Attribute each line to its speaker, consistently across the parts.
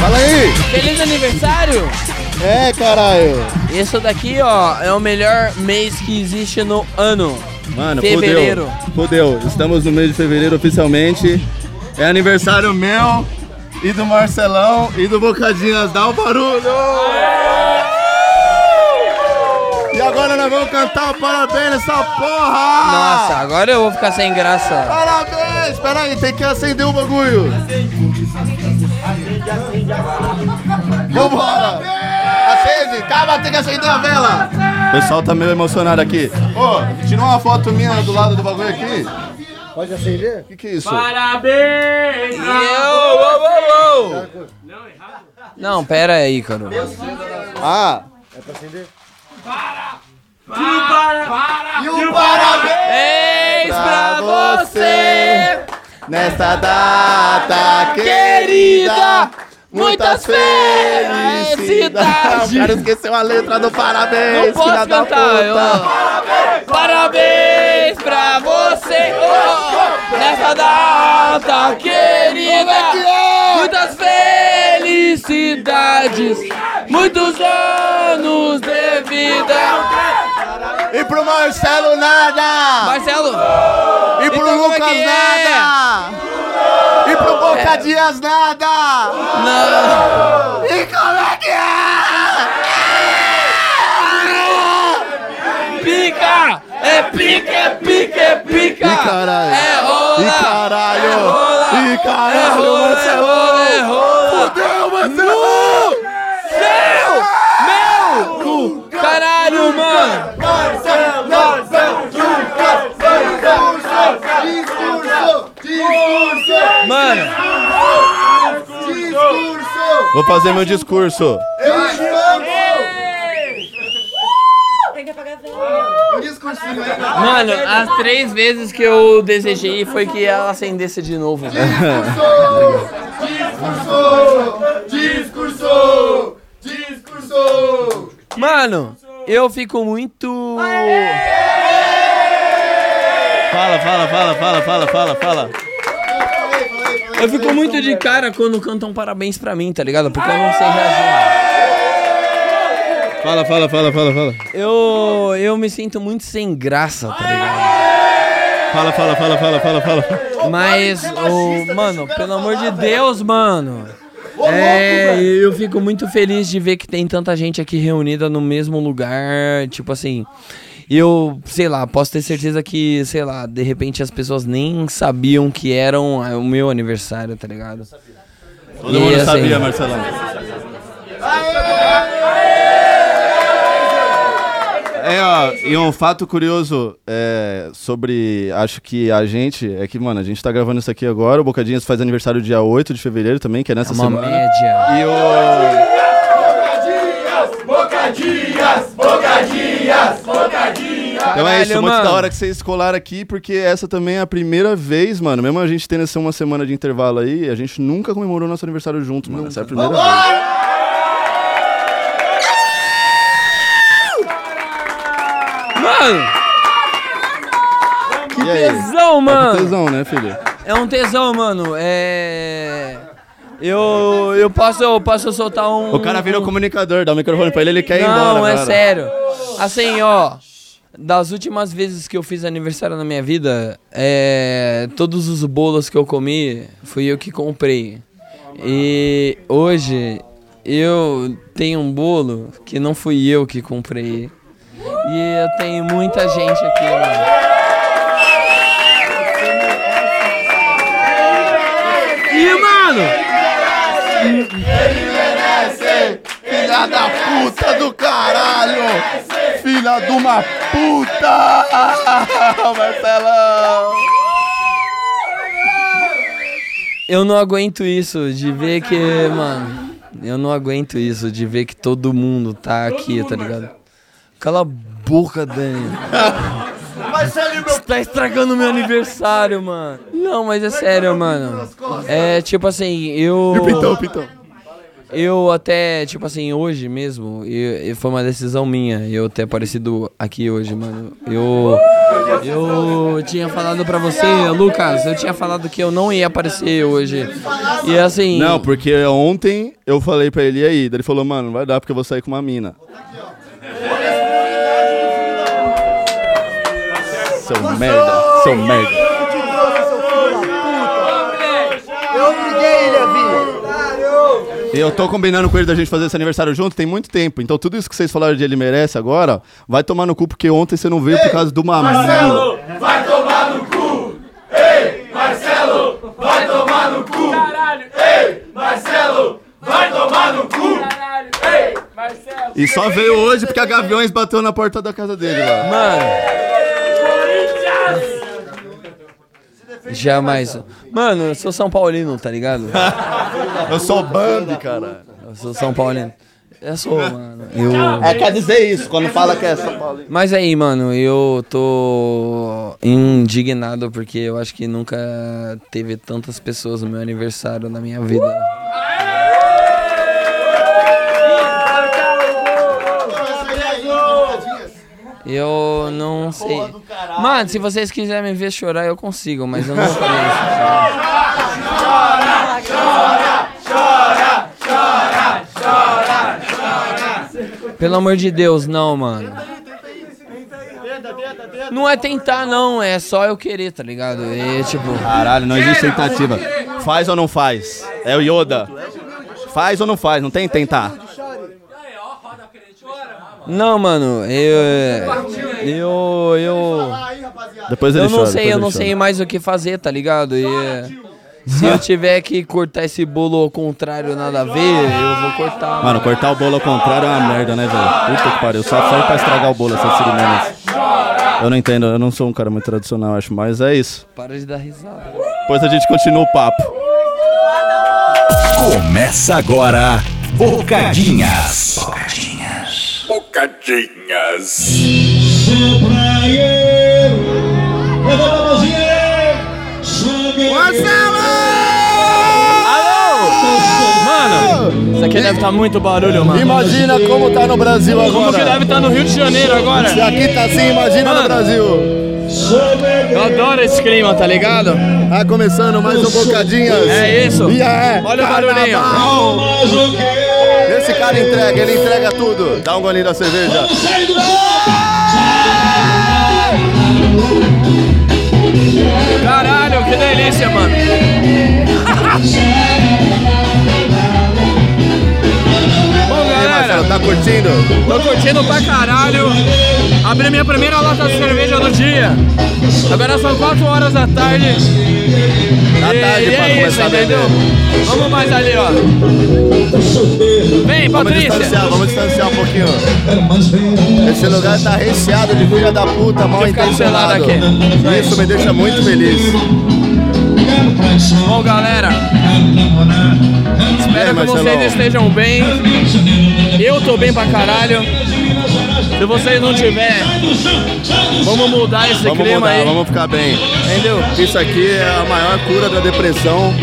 Speaker 1: Fala aí!
Speaker 2: Feliz aniversário!
Speaker 1: É, caralho!
Speaker 2: Isso daqui, ó, é o melhor mês que existe no ano.
Speaker 1: Mano,
Speaker 2: Fevereiro.
Speaker 1: fodeu. Fodeu. Estamos no mês de fevereiro oficialmente. É aniversário meu e do Marcelão e do Bocadinhas. Dá o barulho! E agora nós vamos cantar o parabéns nessa porra!
Speaker 2: Nossa, agora eu vou ficar sem graça.
Speaker 1: Parabéns! Pera aí, tem que acender o bagulho. Vambora! Acende! Calma, tem que acender a vela! O pessoal tá meio emocionado aqui. Ô, tirou uma foto minha do lado do bagulho aqui.
Speaker 3: Pode acender?
Speaker 1: O que, que é isso?
Speaker 4: Parabéns!
Speaker 2: Eu, ô, ô, ô. Não, pera aí, cara.
Speaker 1: Ah!
Speaker 3: É
Speaker 4: Para! Para!
Speaker 1: E um parabéns
Speaker 2: Eis pra você!
Speaker 1: nesta data
Speaker 2: querida. Muitas felicidades.
Speaker 1: O cara esqueceu a letra do parabéns!
Speaker 2: Não posso
Speaker 1: filha da
Speaker 2: cantar, eu...
Speaker 1: puta.
Speaker 2: Parabéns pra você! Oh, nessa data querida! Muitas felicidades! Muitos anos de vida!
Speaker 1: E pro Marcelo nada!
Speaker 2: Marcelo!
Speaker 1: E pro
Speaker 2: Então como é
Speaker 1: Lucas
Speaker 2: que é?
Speaker 1: nada! E pro Boca Dias nada!
Speaker 2: Não!
Speaker 1: E como é que é?
Speaker 2: Pica! É pica, é pica, é pica!
Speaker 1: Ih, caralho.
Speaker 2: É rola!
Speaker 1: Ih, caralho.
Speaker 2: É rola!
Speaker 1: Ih, caralho,
Speaker 2: É rola,
Speaker 1: Marcelo.
Speaker 2: É rola, é rola!
Speaker 1: Fudeu, Marcelo!
Speaker 2: Meu! Meu! Caralho, mano!
Speaker 3: Discurso! Discurso!
Speaker 2: Mano,
Speaker 3: Discurso!
Speaker 1: Vou fazer meu discurso.
Speaker 3: Discurso!
Speaker 5: Tem que apagar a vela.
Speaker 3: Discurso!
Speaker 2: mano, as três vezes que eu desejei foi que ela acendesse de novo.
Speaker 3: Discurso! Discurso! Discurso!
Speaker 2: Mano, eu fico muito.
Speaker 1: Fala, fala, fala, fala, fala, fala, fala.
Speaker 2: Eu fico muito de cara quando cantam parabéns pra mim, tá ligado? Porque eu não sei reagir.
Speaker 1: Fala, fala, fala, fala, fala.
Speaker 2: Eu, eu me sinto muito sem graça, tá ligado?
Speaker 1: Fala, fala, fala, fala, fala, fala.
Speaker 2: Mas, ô, mano, pelo amor de Deus, mano. É, eu fico muito feliz de ver que tem tanta gente aqui reunida no mesmo lugar, tipo assim. Eu, sei lá, posso ter certeza que, sei lá, de repente as pessoas nem sabiam que eram ah, o meu aniversário, tá ligado?
Speaker 1: Todo mundo
Speaker 2: E, assim,
Speaker 1: sabia, Marcelão. É, ó, e um fato curioso é, sobre, acho que a gente, é que, mano, a gente tá gravando isso aqui agora, o Bocadinhas faz aniversário dia 8 de fevereiro também, que é nessa
Speaker 2: Uma
Speaker 1: semana.
Speaker 2: média.
Speaker 1: E o...
Speaker 3: Bocadinhas! Bocadinhas! Bocadinhas!
Speaker 1: Então é isso,
Speaker 2: Caralho,
Speaker 1: muito
Speaker 2: mano.
Speaker 1: da hora que vocês colaram aqui, porque essa também é a primeira vez, mano, mesmo a gente tendo essa uma semana de intervalo aí, a gente nunca comemorou nosso aniversário junto, mano, essa é a primeira vez.
Speaker 2: Mano!
Speaker 1: e aí?
Speaker 2: Tesão,
Speaker 1: Tá com
Speaker 2: mano!
Speaker 1: tesão, né, filho?
Speaker 2: É um tesão, mano. É. Eu, eu, posso, eu posso soltar um.
Speaker 1: O cara virou comunicador, dá o microfone pra ele, ele quer ir embora.
Speaker 2: Não, é
Speaker 1: cara.
Speaker 2: sério. Assim, ó. Das últimas vezes que eu fiz aniversário na minha vida, é, todos os bolos que eu comi fui eu que comprei. E hoje eu tenho um bolo que não fui eu que comprei. E eu tenho muita gente aqui, mano. E, mano,
Speaker 1: Filha da puta do caralho! Filha de uma puta! Marcelão!
Speaker 2: Eu não aguento isso de ver que, mano. Eu não aguento isso de ver que todo mundo tá aqui, tá ligado? Cala a boca, Dani. Você tá estragando meu aniversário, mano. Não, mas é sério, mano. É tipo assim, eu.
Speaker 1: Então. Pitão, pitão.
Speaker 2: Eu até, tipo assim, hoje mesmo, e, e foi uma decisão minha eu ter aparecido aqui hoje, mano. Eu. Eu tinha falado pra você, Lucas, eu tinha falado que eu não ia aparecer hoje. E assim.
Speaker 1: Não, porque ontem eu falei pra ele e aí. Daí ele falou, mano, não vai dar porque eu vou sair com uma mina. Seu merda, seu merda.
Speaker 6: Eu briguei, Levi.
Speaker 1: E eu tô combinando com ele da gente fazer esse aniversário junto tem muito tempo. Então tudo isso que vocês falaram de ele merece agora, vai tomar no cu porque ontem você não veio por causa de uma mina.
Speaker 3: Marcelo, vai tomar no cu! Ei, Marcelo, vai tomar no cu!
Speaker 4: Caralho,
Speaker 3: Ei, Marcelo, vai tomar no cu!
Speaker 4: caralho. Ei, Marcelo.
Speaker 1: E só veio hoje porque a Gaviões bateu na porta da casa dele lá.
Speaker 2: Mano.
Speaker 4: Corinthians.
Speaker 2: Jamais. Mano, eu sou São Paulino, tá ligado?
Speaker 1: Eu sou o Bambi, cara.
Speaker 2: Eu sou São Paulino. Eu sou, mano. Eu...
Speaker 6: É, quer dizer isso, quando fala que é São Paulo.
Speaker 2: Mas aí, mano, eu tô indignado porque eu acho que nunca teve tantas pessoas no meu aniversário na minha vida. Eu não sei. Mano, se vocês quiserem me ver chorar, eu consigo, mas eu não sei. Pelo amor de Deus, não, mano. Não é tentar, não, é só eu querer, tá ligado? É tipo.
Speaker 1: Caralho, não existe tentativa. Faz ou não faz? É o Yoda. Faz ou não faz, não tem tentar.
Speaker 2: Não, mano, eu. Eu. Eu,
Speaker 1: Depois ele
Speaker 2: eu não
Speaker 1: chora, depois
Speaker 2: sei, eu
Speaker 1: ele
Speaker 2: não
Speaker 1: chora.
Speaker 2: sei mais o que fazer, tá ligado? E. Se eu tiver que cortar esse bolo ao contrário, nada a ver, eu vou cortar.
Speaker 1: Mano, cortar o bolo ao contrário é uma merda, né, velho? Puta que pariu, só serve pra estragar o bolo essas cerimônias. Eu não entendo, eu não sou um cara muito tradicional, acho, mas é isso.
Speaker 2: Para de dar risada.
Speaker 1: Depois a gente continua o papo.
Speaker 7: Começa agora, Bocadinhas. Bocadinhas. Bocadinhas.
Speaker 2: Mano, isso aqui deve estar muito barulho, mano.
Speaker 1: Imagina como tá no Brasil agora.
Speaker 2: estar tá no Rio de Janeiro agora.
Speaker 1: Se aqui tá assim, imagina
Speaker 2: Mano.
Speaker 1: no Brasil.
Speaker 2: Eu adoro esse clima, tá ligado?
Speaker 1: Tá começando mais um Bocadinhas.
Speaker 2: É isso.
Speaker 1: E é
Speaker 2: Olha o barulhinho.
Speaker 1: carnaval. Esse cara entrega, ele entrega tudo. Dá um golinho da cerveja.
Speaker 2: Caralho, que delícia, mano. Bom,
Speaker 1: E aí, Marcelo,
Speaker 2: galera,
Speaker 1: tá curtindo?
Speaker 2: tô curtindo pra caralho. Abri minha primeira lata de cerveja do dia. Agora são 4 horas da tarde.
Speaker 1: Tá
Speaker 2: e,
Speaker 1: tarde
Speaker 2: e
Speaker 1: pra
Speaker 2: é isso,
Speaker 1: começar a beber.
Speaker 2: entendeu? Vamos mais ali, ó. Vem,
Speaker 1: Vamos
Speaker 2: Patrícia.
Speaker 1: distanciar, vamos distanciar um pouquinho. Esse lugar tá recheado de filha da puta, mal
Speaker 2: ficar
Speaker 1: intencionado.
Speaker 2: pelado aqui.
Speaker 1: Isso me deixa muito feliz.
Speaker 2: Bom, galera.
Speaker 1: E aí,
Speaker 2: Espero que vocês
Speaker 1: Marcelão?
Speaker 2: estejam bem. Eu tô bem pra caralho. Se vocês não tiver, vamos mudar esse
Speaker 1: Vamos
Speaker 2: clima
Speaker 1: mudar,
Speaker 2: aí.
Speaker 1: vamos ficar bem.
Speaker 2: Entendeu?
Speaker 1: Isso aqui é a maior cura da depressão.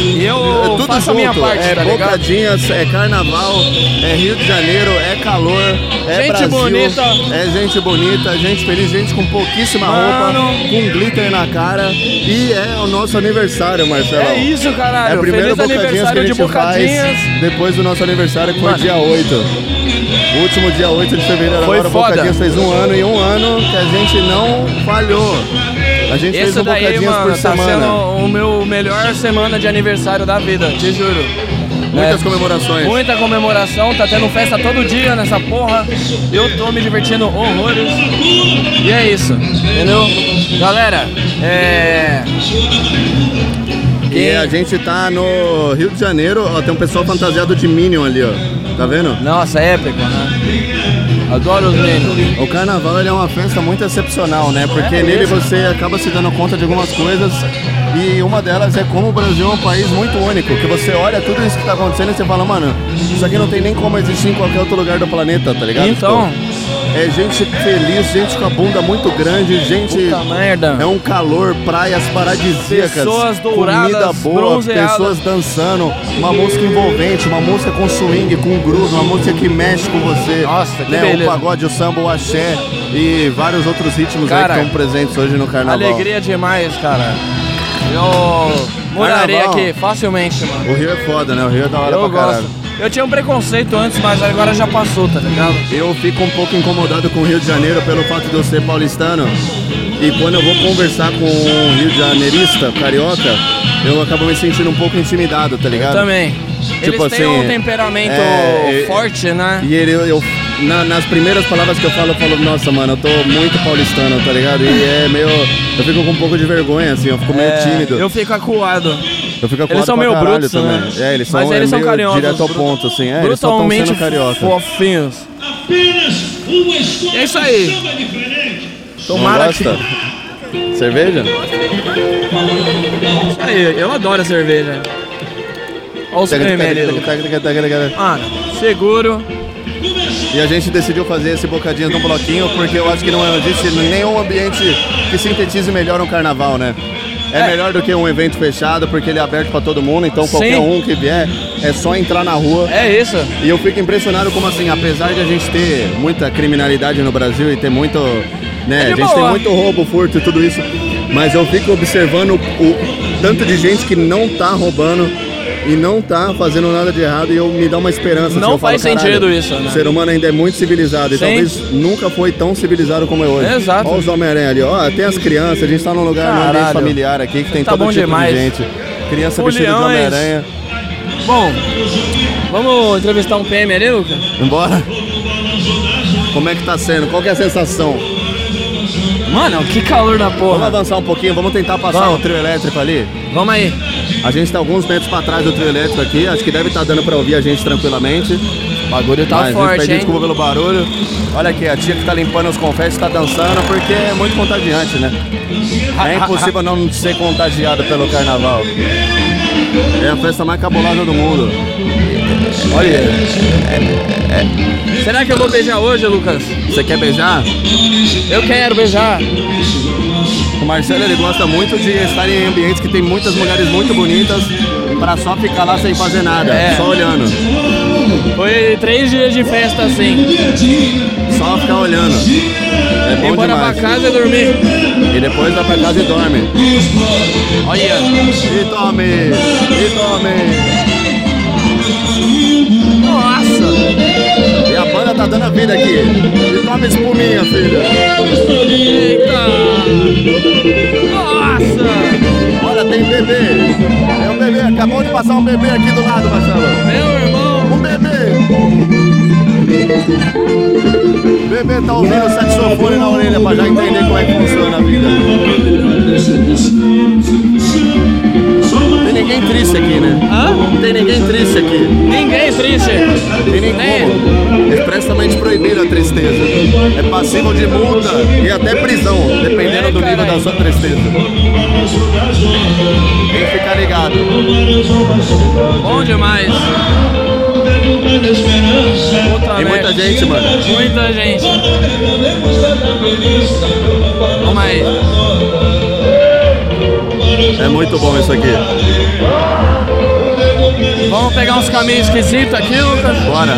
Speaker 2: E
Speaker 1: É
Speaker 2: eu
Speaker 1: tudo
Speaker 2: faço a minha
Speaker 1: junto.
Speaker 2: parte,
Speaker 1: é
Speaker 2: tá ligado?
Speaker 1: bocadinhas, é carnaval, é Rio de Janeiro, é calor, é
Speaker 2: Gente
Speaker 1: Brasil,
Speaker 2: bonita.
Speaker 1: é gente bonita, gente feliz, gente com pouquíssima roupa,
Speaker 2: Mano.
Speaker 1: com glitter na cara e é o nosso aniversário, Marcelo.
Speaker 2: É isso,
Speaker 1: É a
Speaker 2: caralho.
Speaker 1: primeira
Speaker 2: Feliz
Speaker 1: bocadinhas que a
Speaker 2: aniversário de
Speaker 1: gente
Speaker 2: Bocadinhas.
Speaker 1: faz depois do nosso aniversário, que foi
Speaker 2: Mano.
Speaker 1: dia 8. O último dia 8 de fevereiro,
Speaker 2: Foi
Speaker 1: agora o
Speaker 2: foda.
Speaker 1: Bocadinhas fez um ano e um ano que a gente não falhou. A gente fez
Speaker 2: Isso
Speaker 1: um
Speaker 2: daí,
Speaker 1: Bocadinhas
Speaker 2: mano,
Speaker 1: por
Speaker 2: tá
Speaker 1: semana.
Speaker 2: sendo o meu melhor semana de aniversário da vida, te juro.
Speaker 1: Muitas
Speaker 2: É,
Speaker 1: comemorações.
Speaker 2: Muita comemoração, tá tendo festa todo dia nessa porra. Eu tô me divertindo horrores. E é isso, entendeu? Galera, é.
Speaker 1: E a gente tá no Rio de Janeiro, ó, tem um pessoal fantasiado de Minion ali, ó. Tá vendo?
Speaker 2: Nossa, épico, né? Adoro os meninos.
Speaker 1: O carnaval ele é uma festa muito excepcional, né?
Speaker 2: É
Speaker 1: Porque nele você acaba se dando conta de algumas coisas e uma delas é como o Brasil é um país muito único, que você olha tudo isso que tá acontecendo e você fala, mano, isso aqui não tem nem como existir em qualquer outro lugar do planeta, tá ligado?
Speaker 2: Então,
Speaker 1: Tipo, É gente feliz, gente com a bunda muito grande, gente.
Speaker 2: Puta merda.
Speaker 1: É um calor, praias paradisíacas.
Speaker 2: Pessoas douradas,
Speaker 1: Comida boa,
Speaker 2: bronzeadas.
Speaker 1: pessoas dançando. Uma música envolvente, uma música com swing, com groove, uma música que mexe com você. Nossa,
Speaker 2: que
Speaker 1: né?
Speaker 2: beleza.
Speaker 1: O pagode, o samba, o axé e vários outros ritmos aí
Speaker 2: Cara,
Speaker 1: que estão presentes hoje no carnaval.
Speaker 2: Alegria demais, cara. Eu moraria
Speaker 1: Carnaval.
Speaker 2: aqui facilmente, mano.
Speaker 1: O Rio é foda, né? O Rio é da hora
Speaker 2: Eu
Speaker 1: pra caralho.
Speaker 2: gosto. Eu tinha um preconceito antes, mas agora já passou, tá ligado?
Speaker 1: Eu fico um pouco incomodado com o Rio de Janeiro pelo fato de eu ser paulistano. E quando eu vou conversar com um rio de janeirista, carioca, eu acabo me sentindo um pouco intimidado, tá ligado?
Speaker 2: Também.
Speaker 1: Tipo
Speaker 2: Eles têm
Speaker 1: assim,
Speaker 2: um temperamento
Speaker 1: é, e-
Speaker 2: forte, né?
Speaker 1: E ele, eu, na- nas primeiras palavras que eu falo, eu falo, nossa, mano, eu tô muito paulistano, tá ligado? E é meio. Eu fico com um pouco de vergonha, assim, eu fico meio
Speaker 2: É,
Speaker 1: tímido.
Speaker 2: Eu fico acuado.
Speaker 1: Eu fico
Speaker 2: Eles
Speaker 1: acuado
Speaker 2: são
Speaker 1: pra
Speaker 2: meio
Speaker 1: caralho
Speaker 2: brutos,
Speaker 1: também.
Speaker 2: né?
Speaker 1: É, eles são,
Speaker 2: Mas
Speaker 1: é
Speaker 2: eles são
Speaker 1: meio
Speaker 2: carinhosos,
Speaker 1: Direto ao
Speaker 2: bruto-
Speaker 1: ponto, assim. É, eles só tão
Speaker 2: Brutalmente
Speaker 1: sendo carioca.
Speaker 2: fofinhos. E é isso aí. Tomara
Speaker 1: Não
Speaker 2: que...
Speaker 1: gosta? Cerveja?
Speaker 2: Isso aí, eu adoro a cerveja. Olha os prêmios ali. Ah, seguro.
Speaker 1: E a gente decidiu fazer esse bocadinho num bloquinho porque eu acho que não existe nenhum ambiente que sintetize melhor um carnaval, né? É,
Speaker 2: É.
Speaker 1: melhor do que um evento fechado porque ele é aberto pra todo mundo, então qualquer
Speaker 2: Sim.
Speaker 1: um que vier é só entrar na rua.
Speaker 2: É isso.
Speaker 1: E eu fico impressionado como assim, apesar de a gente ter muita criminalidade no Brasil e ter muito, né,
Speaker 2: É de
Speaker 1: a gente
Speaker 2: boa.
Speaker 1: tem muito roubo, furto e tudo isso, mas eu fico observando o tanto de gente que não tá roubando e não tá fazendo nada de errado e eu me dá uma esperança. assim,
Speaker 2: Não
Speaker 1: eu falo,
Speaker 2: faz sentido
Speaker 1: "Caralho,
Speaker 2: isso, né?"
Speaker 1: O ser humano ainda é muito civilizado e
Speaker 2: Sim.
Speaker 1: talvez nunca foi tão civilizado como é hoje.
Speaker 2: Exato.
Speaker 1: Olha os Homem-Aranha ali, ó, tem as crianças, a gente tá num lugar, num ambiente
Speaker 2: Caralho.
Speaker 1: familiar aqui que tem
Speaker 2: Tá
Speaker 1: todo
Speaker 2: bom
Speaker 1: tipo
Speaker 2: demais.
Speaker 1: de gente. Criança
Speaker 2: Ô,
Speaker 1: vestida de
Speaker 2: leões.
Speaker 1: Homem-Aranha.
Speaker 2: Bom, vamos entrevistar um PM ali, Lucas?
Speaker 1: Embora? Como é que tá sendo? Qual que é a sensação?
Speaker 2: Mano, que calor na
Speaker 1: Vamos
Speaker 2: porra.
Speaker 1: avançar um pouquinho, vamos tentar passar
Speaker 2: Vamos.
Speaker 1: o trio elétrico ali.
Speaker 2: Vamos aí.
Speaker 1: A gente tá alguns metros pra trás do trio elétrico aqui, acho que deve estar dando pra ouvir a gente tranquilamente.
Speaker 2: O bagulho tá
Speaker 1: Mas a gente
Speaker 2: forte,
Speaker 1: pede
Speaker 2: hein?
Speaker 1: desculpa pelo barulho. Olha aqui, a tia que tá limpando os confetes tá dançando porque é muito contagiante, né? É impossível não ser contagiado pelo carnaval. É a festa mais cabulada do mundo. Olha,
Speaker 2: Será que eu vou beijar hoje, Lucas?
Speaker 1: você quer beijar?
Speaker 2: Eu quero beijar.
Speaker 1: O Marcelo ele gosta muito de estar em ambientes que tem muitas mulheres muito bonitas pra só ficar lá sem fazer nada,
Speaker 2: É.
Speaker 1: só olhando,
Speaker 2: Foi três dias de festa assim.
Speaker 1: só ficar olhando. É bom
Speaker 2: Embora pra
Speaker 1: demais.
Speaker 2: casa e dormir.
Speaker 1: E depois vai pra casa e dorme.
Speaker 2: Olha.
Speaker 1: E tome, e tome. Nossa! E a banda tá dando a vida aqui. E tome espuminha, filha.
Speaker 2: Eita! Nossa!
Speaker 1: Olha, tem bebê. É um bebê, acabou de passar um bebê aqui do lado, Marcelo.
Speaker 2: Meu irmão!
Speaker 1: Um bebê! Bebê tá ouvindo o saxofone na orelha pra já entender como é que funciona a vida. Tem ninguém triste aqui, né?
Speaker 2: Hã?
Speaker 1: Não tem ninguém triste aqui.
Speaker 2: Ninguém triste.
Speaker 1: Tem nem como. Expressamente proibido a tristeza. É passível de multa e até prisão, dependendo
Speaker 2: É,
Speaker 1: do nível
Speaker 2: caralho.
Speaker 1: da sua tristeza. Tem que ficar ligado.
Speaker 2: Bom demais. Outra
Speaker 1: Tem muita
Speaker 2: merda.
Speaker 1: gente, mano.
Speaker 2: Muita gente. Vamos aí.
Speaker 1: É muito bom isso aqui.
Speaker 2: Vamos pegar uns caminhos esquisitos aqui, Lucas.
Speaker 1: Bora.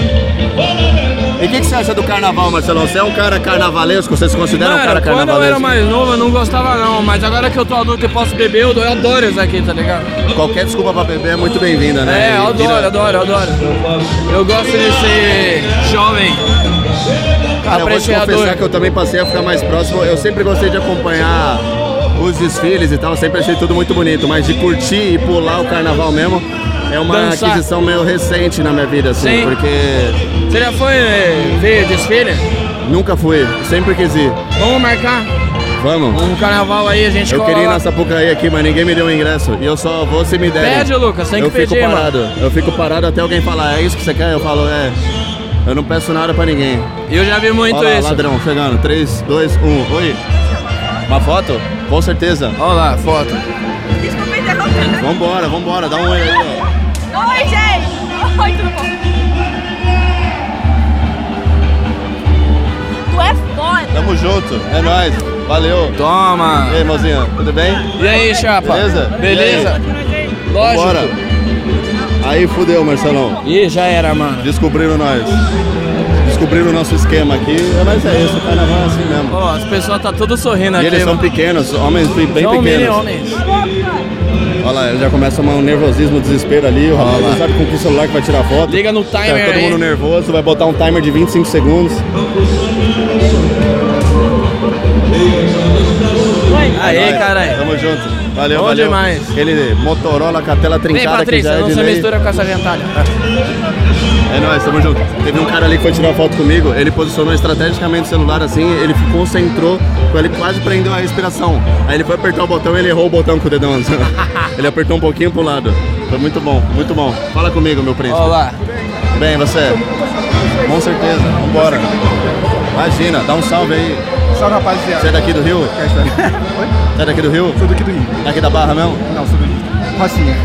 Speaker 1: E o que, que você acha do carnaval, Marcelo? Você é um cara carnavalesco? Você se considera um cara
Speaker 2: Cara, quando eu
Speaker 1: carnavalesco?
Speaker 2: era mais novo, eu não gostava não. Mas agora que eu tô adulto e posso beber, eu eu adoro isso aqui, tá ligado?
Speaker 1: Qualquer desculpa pra beber é muito bem-vinda, né?
Speaker 2: É, eu
Speaker 1: E vira-
Speaker 2: adoro, adoro, eu adoro. Eu gosto de ser jovem.
Speaker 1: Cara, eu vou te
Speaker 2: apreciador.
Speaker 1: confessar que eu também passei a ficar mais próximo. Eu sempre gostei de acompanhar os desfiles e tal, sempre achei tudo muito bonito. Mas de curtir e pular o carnaval mesmo é uma
Speaker 2: Dançar.
Speaker 1: aquisição meio recente na minha vida, assim.
Speaker 2: Sim.
Speaker 1: Porque
Speaker 2: Você já foi eh, ver desfile?
Speaker 1: nunca fui, sempre quis ir.
Speaker 2: Vamos marcar
Speaker 1: Vamos.
Speaker 2: um carnaval aí, a gente
Speaker 1: Eu
Speaker 2: cola
Speaker 1: queria ir
Speaker 2: lá.
Speaker 1: na Sapucaí aqui, mas ninguém me deu o ingresso. E eu só vou se me derem.
Speaker 2: Pede, Lucas, tem
Speaker 1: eu
Speaker 2: que pedir,
Speaker 1: fico
Speaker 2: mano.
Speaker 1: parado. Eu fico parado até alguém falar, é isso que você quer? Eu falo, é. Eu não peço nada pra ninguém.
Speaker 2: Eu já vi muito
Speaker 1: Olha lá,
Speaker 2: isso.
Speaker 1: ladrão, chegando. 3, 2, 1, oi. Uma foto? Com certeza.
Speaker 2: Olha lá, foto.
Speaker 5: Desculpa interromper.
Speaker 1: Vambora, vambora, dá um oi aí, ó.
Speaker 5: Oi, gente! Oi, tudo bom?
Speaker 1: Tamo junto. É nóis. Valeu.
Speaker 2: Toma.
Speaker 1: E aí, mozinha, tudo bem?
Speaker 2: E aí, chapa?
Speaker 1: Beleza?
Speaker 2: Beleza? Lógico.
Speaker 1: Bora. Aí fudeu, Marcelão.
Speaker 2: Ih, já era, mano.
Speaker 1: Descobriram nós. Descobriram o nosso esquema aqui. É, Mas é isso, o carnaval é assim mesmo.
Speaker 2: Ó, as pessoas tá tudo
Speaker 1: E
Speaker 2: sorrindo aqui. um
Speaker 1: eles são
Speaker 2: mano.
Speaker 1: pequenos, homens bem
Speaker 2: São mini
Speaker 1: pequenos.
Speaker 2: homens.
Speaker 1: Olha lá, já começa um nervosismo, um desespero ali. O rapaz não sabe com que celular que vai tirar foto.
Speaker 2: Liga no
Speaker 1: Tá
Speaker 2: timer
Speaker 1: todo
Speaker 2: aí.
Speaker 1: mundo nervoso, vai botar um timer de 25 segundos.
Speaker 2: Aê,
Speaker 1: Vai,
Speaker 2: caralho.
Speaker 1: Tamo junto. Valeu,
Speaker 2: Bom
Speaker 1: valeu.
Speaker 2: demais.
Speaker 1: Aquele Motorola com a tela
Speaker 2: Vem,
Speaker 1: trincada que já
Speaker 2: Patrícia,
Speaker 1: é
Speaker 2: não
Speaker 1: de
Speaker 2: se
Speaker 1: lei.
Speaker 2: mistura com essa gentalha.
Speaker 1: É nóis, tamo junto. Teve um cara ali que foi tirar foto comigo, ele posicionou estrategicamente o celular assim, ele ficou, concentrou, ele quase prendeu a respiração. Aí ele foi apertar o botão e ele errou o botão com o dedão. assim. ele apertou um pouquinho pro lado. Foi muito bom, muito bom. Fala comigo, meu príncipe.
Speaker 2: Ó lá.
Speaker 1: Bem, você? Com certeza, vambora. Imagina, dá um salve aí.
Speaker 8: Salve, rapaziada.
Speaker 1: Você é daqui do Rio?
Speaker 8: Oi?
Speaker 1: Você é daqui do Rio?
Speaker 8: Sou daqui do Rio.
Speaker 1: Daqui da Barra mesmo?
Speaker 8: Não, sou do Rio. Rocinha.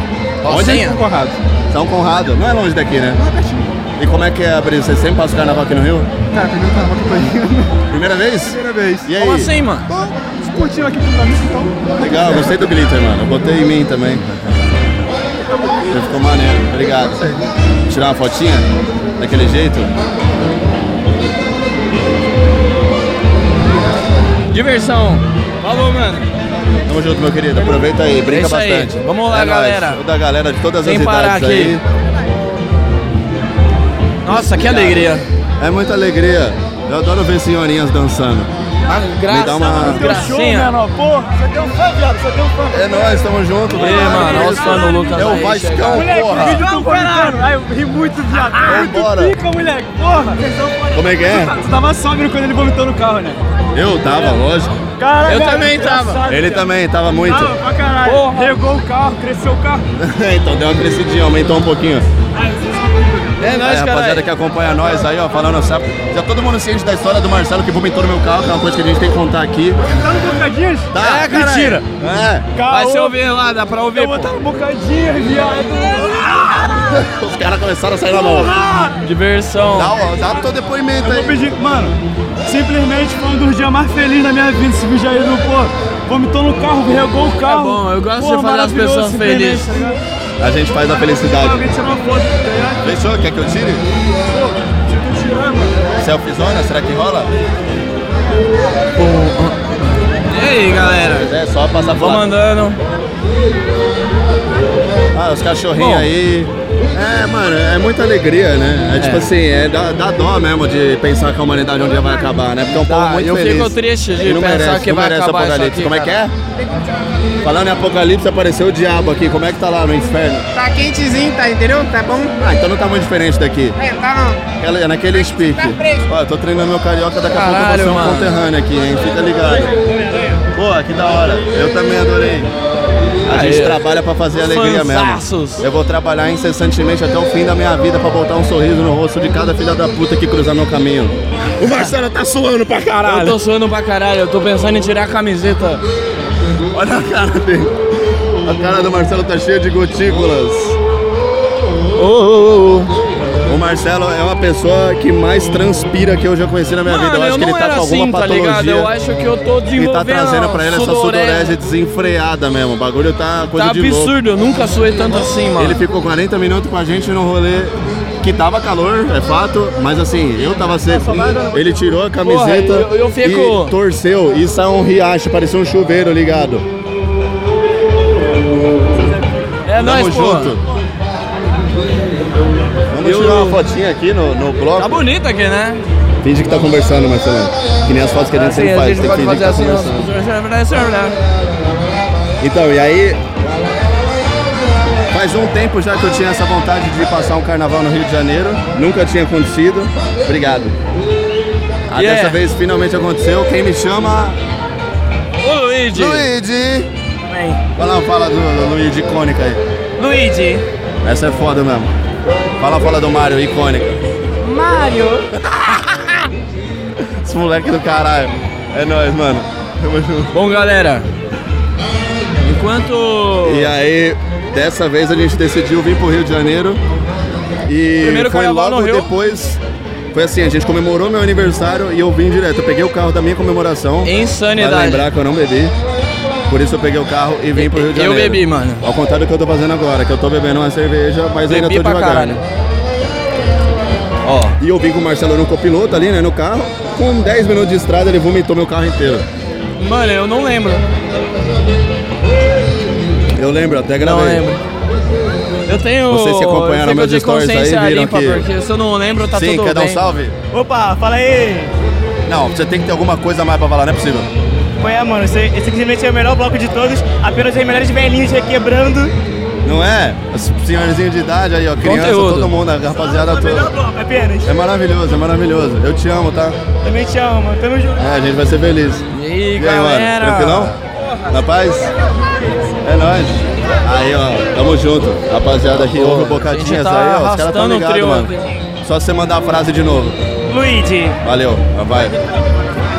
Speaker 2: Rocinha?
Speaker 8: São Conrado.
Speaker 1: São Conrado, não é longe daqui, né?
Speaker 8: Não é pertinho.
Speaker 1: E como é que é, Brisa? Você sempre passa o carnaval aqui no Rio?
Speaker 8: Cara, primeiro carnaval que eu tô indo.
Speaker 1: Primeira vez?
Speaker 8: Primeira vez.
Speaker 1: E aí?
Speaker 2: Como assim, mano?
Speaker 8: Tô curtindo aqui com os amigos, então.
Speaker 1: Legal, gostei do glitter, mano. Eu Botei em mim também. Ficou maneiro, obrigado. Tirar uma fotinha? Daquele jeito?
Speaker 2: Diversão. Falou, mano.
Speaker 1: Tamo junto, meu querido. Aproveita aí, brinca
Speaker 2: É isso aí.
Speaker 1: bastante.
Speaker 2: Vamos lá,
Speaker 1: É nóis.
Speaker 2: galera.
Speaker 1: Toda a galera de todas
Speaker 2: Sem
Speaker 1: as
Speaker 2: parar
Speaker 1: idades aí.
Speaker 2: Nossa, que alegria.
Speaker 1: É muita alegria. Eu adoro ver senhorinhas dançando.
Speaker 2: Ah,
Speaker 1: Me dá uma-
Speaker 2: graça, gracinha.
Speaker 8: menor. Porra, né, você deu um fã, viado. Você deu um fã.
Speaker 1: É nóis, tamo junto.
Speaker 2: Ei,
Speaker 1: obrigado.
Speaker 2: mano, olha os fãs do Lucas
Speaker 1: É o
Speaker 2: aí,
Speaker 1: Vascão,
Speaker 2: chegaram.
Speaker 1: porra.
Speaker 8: Vídeo do Fernando. Ai, eu ri muito, viado.
Speaker 2: É,
Speaker 1: Vambora.
Speaker 8: Fica, moleque. Porra. Vocês são foda.
Speaker 1: Como é que é?
Speaker 8: Você tava sóbrio quando ele vomitou no carro, né?
Speaker 1: Eu tava, lógico.
Speaker 8: Caralho,
Speaker 2: Eu
Speaker 8: cara,
Speaker 2: também
Speaker 8: engraçado,
Speaker 2: tava.
Speaker 8: cara.
Speaker 1: Ele também, tava muito.
Speaker 8: Tava pra caralho.
Speaker 2: Porra.
Speaker 8: Regou o carro, cresceu o carro.
Speaker 1: então deu uma crescidinha, aumentou um pouquinho.
Speaker 8: Ai, vocês são muito-
Speaker 2: É
Speaker 1: É,
Speaker 2: nóis,
Speaker 1: rapaziada
Speaker 2: cara.
Speaker 1: que acompanha nós aí, ó, falando sabe? Já todo mundo ciente da história do Marcelo que vomitou no meu carro, que é uma coisa que a gente tem que contar aqui.
Speaker 8: Tá no Bocadinhas?
Speaker 1: Tá,
Speaker 2: É, caralho.
Speaker 1: mentira! É,
Speaker 2: Vai
Speaker 8: Caô.
Speaker 2: se ouvir lá, dá pra ouvir,
Speaker 8: Eu
Speaker 2: pô.
Speaker 8: vou estar no Bocadinhas, viado.
Speaker 1: os caras começaram a sair na mão.
Speaker 8: Ah!
Speaker 2: tá- Diversão.
Speaker 1: Dá, ó, dá teu depoimento
Speaker 8: Eu
Speaker 1: aí.
Speaker 8: pedi, mano, simplesmente foi um dos dias mais felizes da minha vida esse vídeo aí do pô. Vomitou no carro, regou o carro.
Speaker 2: É bom, eu gosto de fazer
Speaker 8: Porra,
Speaker 2: as
Speaker 8: maravilhoso
Speaker 2: pessoas
Speaker 8: esse filme,
Speaker 2: felizes.
Speaker 8: tá ligado?
Speaker 1: A gente faz a
Speaker 8: Alguém
Speaker 1: felicidade.
Speaker 8: tirou uma foto, tá ligado?
Speaker 1: Fechou? Quer que eu tire?
Speaker 8: Tem que tirar, mano.
Speaker 1: Selfiezona, será que rola?
Speaker 2: E aí, galera?
Speaker 1: Mas é, só passar pro
Speaker 2: Vamos
Speaker 1: lado.
Speaker 2: andando.
Speaker 1: Ah, os cachorrinhos
Speaker 2: Bom.
Speaker 1: aí. É, mano, é muita alegria, né? É, tipo assim, é, dá, dá dó mesmo de pensar que a humanidade um dia vai acabar, né? Porque é um povo
Speaker 2: Tá,
Speaker 1: muito
Speaker 2: eu
Speaker 1: feliz.
Speaker 2: fico triste de
Speaker 1: E não
Speaker 2: pensar
Speaker 1: merece,
Speaker 2: que
Speaker 1: não
Speaker 2: vai
Speaker 1: merece
Speaker 2: acabar isso
Speaker 1: apocalipse.
Speaker 2: aqui,
Speaker 1: Como é que
Speaker 2: cara.
Speaker 1: é? Falando em apocalipse, apareceu o diabo aqui. Como é que tá lá no inferno?
Speaker 9: Tá quentezinho, tá, entendeu? Tá bom?
Speaker 1: Ah, então não tá muito diferente daqui.
Speaker 9: É, tá não. Tá
Speaker 1: Ela- É naquele speak. Ó, eu tô treinando meu carioca, daqui a pouco eu
Speaker 2: Caralho,
Speaker 1: vou ser um
Speaker 2: mano.
Speaker 1: conterrâneo aqui, hein? Fica ligado. Pô, que da hora. Eu também adorei. A
Speaker 2: Aê.
Speaker 1: gente trabalha pra fazer alegria
Speaker 2: Fanzaços.
Speaker 1: mesmo. Eu vou trabalhar incessantemente até o fim da minha vida pra botar um sorriso no rosto de cada filha da puta que cruzar meu caminho. O Marcelo tá suando pra
Speaker 2: Eu
Speaker 1: caralho.
Speaker 2: tô suando pra caralho, eu tô pensando em tirar a camiseta.
Speaker 1: Olha a cara dele. A cara do Marcelo tá cheia de gotículas.
Speaker 2: Ô, ô, ô, ô.
Speaker 1: O Marcelo é uma pessoa que mais transpira que eu já conheci na minha vida. Eu
Speaker 2: Mano,
Speaker 1: acho
Speaker 2: eu
Speaker 1: que ele
Speaker 2: não
Speaker 1: tá
Speaker 2: era
Speaker 1: com
Speaker 2: assim,
Speaker 1: alguma
Speaker 2: tá
Speaker 1: patologia.
Speaker 2: ligado? Eu acho que eu tô
Speaker 1: E
Speaker 2: desenvolvendo
Speaker 1: tá trazendo pra ele essa
Speaker 2: sudorese.
Speaker 1: sudorese desenfreada mesmo. O bagulho tá coisa
Speaker 2: Tá
Speaker 1: de louco.
Speaker 2: absurdo, eu nunca suei tanto assim, mano.
Speaker 1: Ele ficou 40 minutos com a gente no rolê que tava calor, é fato, mas assim, eu tava seco. Ele tirou a camiseta
Speaker 2: Porra, eu- eu fico-
Speaker 1: e torceu e saiu um riacho, parecia um chuveiro ligado.
Speaker 2: É
Speaker 1: Tamo
Speaker 2: nóis, pô.
Speaker 1: junto. Vamos
Speaker 2: Eu-
Speaker 1: tirar uma fotinha aqui no, no bloco.
Speaker 2: Tá bonito aqui, né?
Speaker 1: Finge que tá conversando, Marcelão. Que nem as fotos que a gente
Speaker 2: Assim,
Speaker 1: sempre
Speaker 2: a
Speaker 1: faz,
Speaker 2: gente
Speaker 1: tem que
Speaker 2: pode
Speaker 1: fingir que
Speaker 2: fazer
Speaker 1: tá
Speaker 2: assim, ó.
Speaker 1: conversando.
Speaker 2: é Você
Speaker 1: Então, e aí. Faz um tempo já que eu tinha essa vontade de passar um carnaval no Rio de Janeiro. Nunca tinha acontecido. Obrigado. Ah,
Speaker 2: Yeah.
Speaker 1: Dessa vez finalmente aconteceu. Quem me chama?
Speaker 2: Ô, Luigi.
Speaker 1: Luigi! Fala uma fala do, do Luigi icônica aí.
Speaker 9: Luigi.
Speaker 1: Essa é foda mesmo. Fala a fala do Mario icônica.
Speaker 9: Mário.
Speaker 1: Esse moleque do caralho. É nóis, mano. Tamo junto.
Speaker 2: Bom, galera. Enquanto...
Speaker 1: E aí, dessa vez a gente decidiu vir pro Rio de Janeiro. E
Speaker 2: Primeiro
Speaker 1: foi
Speaker 2: carnaval
Speaker 1: logo
Speaker 2: no Rio.
Speaker 1: depois Foi assim, a gente comemorou meu aniversário e eu vim direto. Eu peguei o carro da minha comemoração.
Speaker 2: Insanidade.
Speaker 1: Pra lembrar que eu não bebi. Por isso eu peguei o carro e vim pro Rio de
Speaker 2: Eu
Speaker 1: Janeiro.
Speaker 2: bebi, mano.
Speaker 1: Ao contrário do que eu tô fazendo agora, que eu tô bebendo uma cerveja, mas ainda
Speaker 2: Bebi
Speaker 1: tô
Speaker 2: pra
Speaker 1: devagar.
Speaker 2: caralho. Ó,
Speaker 1: E eu vim com o Marcelo no copiloto ali, né, no carro. Com 10 minutos de estrada, ele vomitou meu carro inteiro.
Speaker 2: mano, eu não lembro.
Speaker 1: Eu lembro, até gravei.
Speaker 2: Não lembro. Eu tenho.
Speaker 1: Vocês que acompanharam
Speaker 2: eu tenho
Speaker 1: meus
Speaker 2: de
Speaker 1: stories aí,
Speaker 2: consciência
Speaker 1: viram
Speaker 2: limpa,
Speaker 1: que-
Speaker 2: porque se eu não lembro, tá
Speaker 1: Sim,
Speaker 2: tudo
Speaker 1: quer dar um
Speaker 2: bem.
Speaker 1: salve?
Speaker 8: Opa, fala aí!
Speaker 1: Não, você tem que ter alguma coisa a mais pra falar, não é possível.
Speaker 8: Ué, mano, esse, esse simplesmente é o melhor bloco de todos, apenas os melhores velhinhos requebrando.
Speaker 1: Não é? Os senhorzinhos de idade aí, ó, criança,
Speaker 2: Conteúdo.
Speaker 1: todo mundo, a rapaziada
Speaker 8: é Melhor
Speaker 1: toda.
Speaker 8: bloco, apenas.
Speaker 1: É maravilhoso, é maravilhoso. Eu te amo, tá?
Speaker 8: Também te amo, mano. Tamo junto.
Speaker 1: É, a gente vai ser feliz.
Speaker 2: E aí,
Speaker 1: E aí, mano,
Speaker 2: galera?
Speaker 1: tranquilão? Na paz? É nóis. Aí, ó, tamo junto. Rapaziada aqui, ouve um
Speaker 2: a gente
Speaker 1: bocadinhas
Speaker 2: tá
Speaker 1: aí, ó. Os caras tão
Speaker 2: arrastando o
Speaker 1: ligados,
Speaker 2: trio
Speaker 1: mano. Só você mandar a frase de novo.
Speaker 8: Luigi.
Speaker 1: Valeu, vai.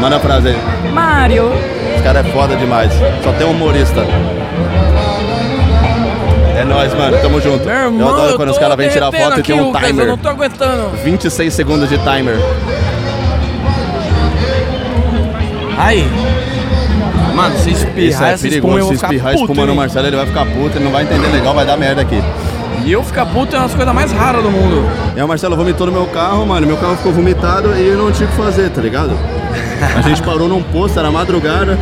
Speaker 1: Manda a frase aí.
Speaker 9: Mário.
Speaker 1: Os caras é foda demais. Só tem humorista. É nóis, mano. Tamo junto.
Speaker 2: Meu irmão,
Speaker 1: eu adoro quando os
Speaker 2: tô
Speaker 1: caras vêm tirar
Speaker 2: derretendo
Speaker 1: foto e tem um
Speaker 2: aqui, Lucas, Eu
Speaker 1: timer.
Speaker 2: não tô aguentando.
Speaker 1: 26 segundos de timer.
Speaker 2: Aí. Mano, se
Speaker 1: Isso
Speaker 2: espirrar,
Speaker 1: é
Speaker 2: essa espuma
Speaker 1: perigoso. Se
Speaker 2: eu vou ficar
Speaker 1: espirrar
Speaker 2: puto.
Speaker 1: espuma no
Speaker 2: hein?
Speaker 1: Marcelo, ele vai ficar puto, ele não vai entender legal, vai dar merda aqui.
Speaker 2: E eu ficar puto é uma das coisas mais raras do mundo.
Speaker 1: E aí o Marcelo vomitou no meu carro, mano. Meu carro ficou vomitado e eu não tinha o que fazer, tá ligado? A gente parou num posto, era madrugada.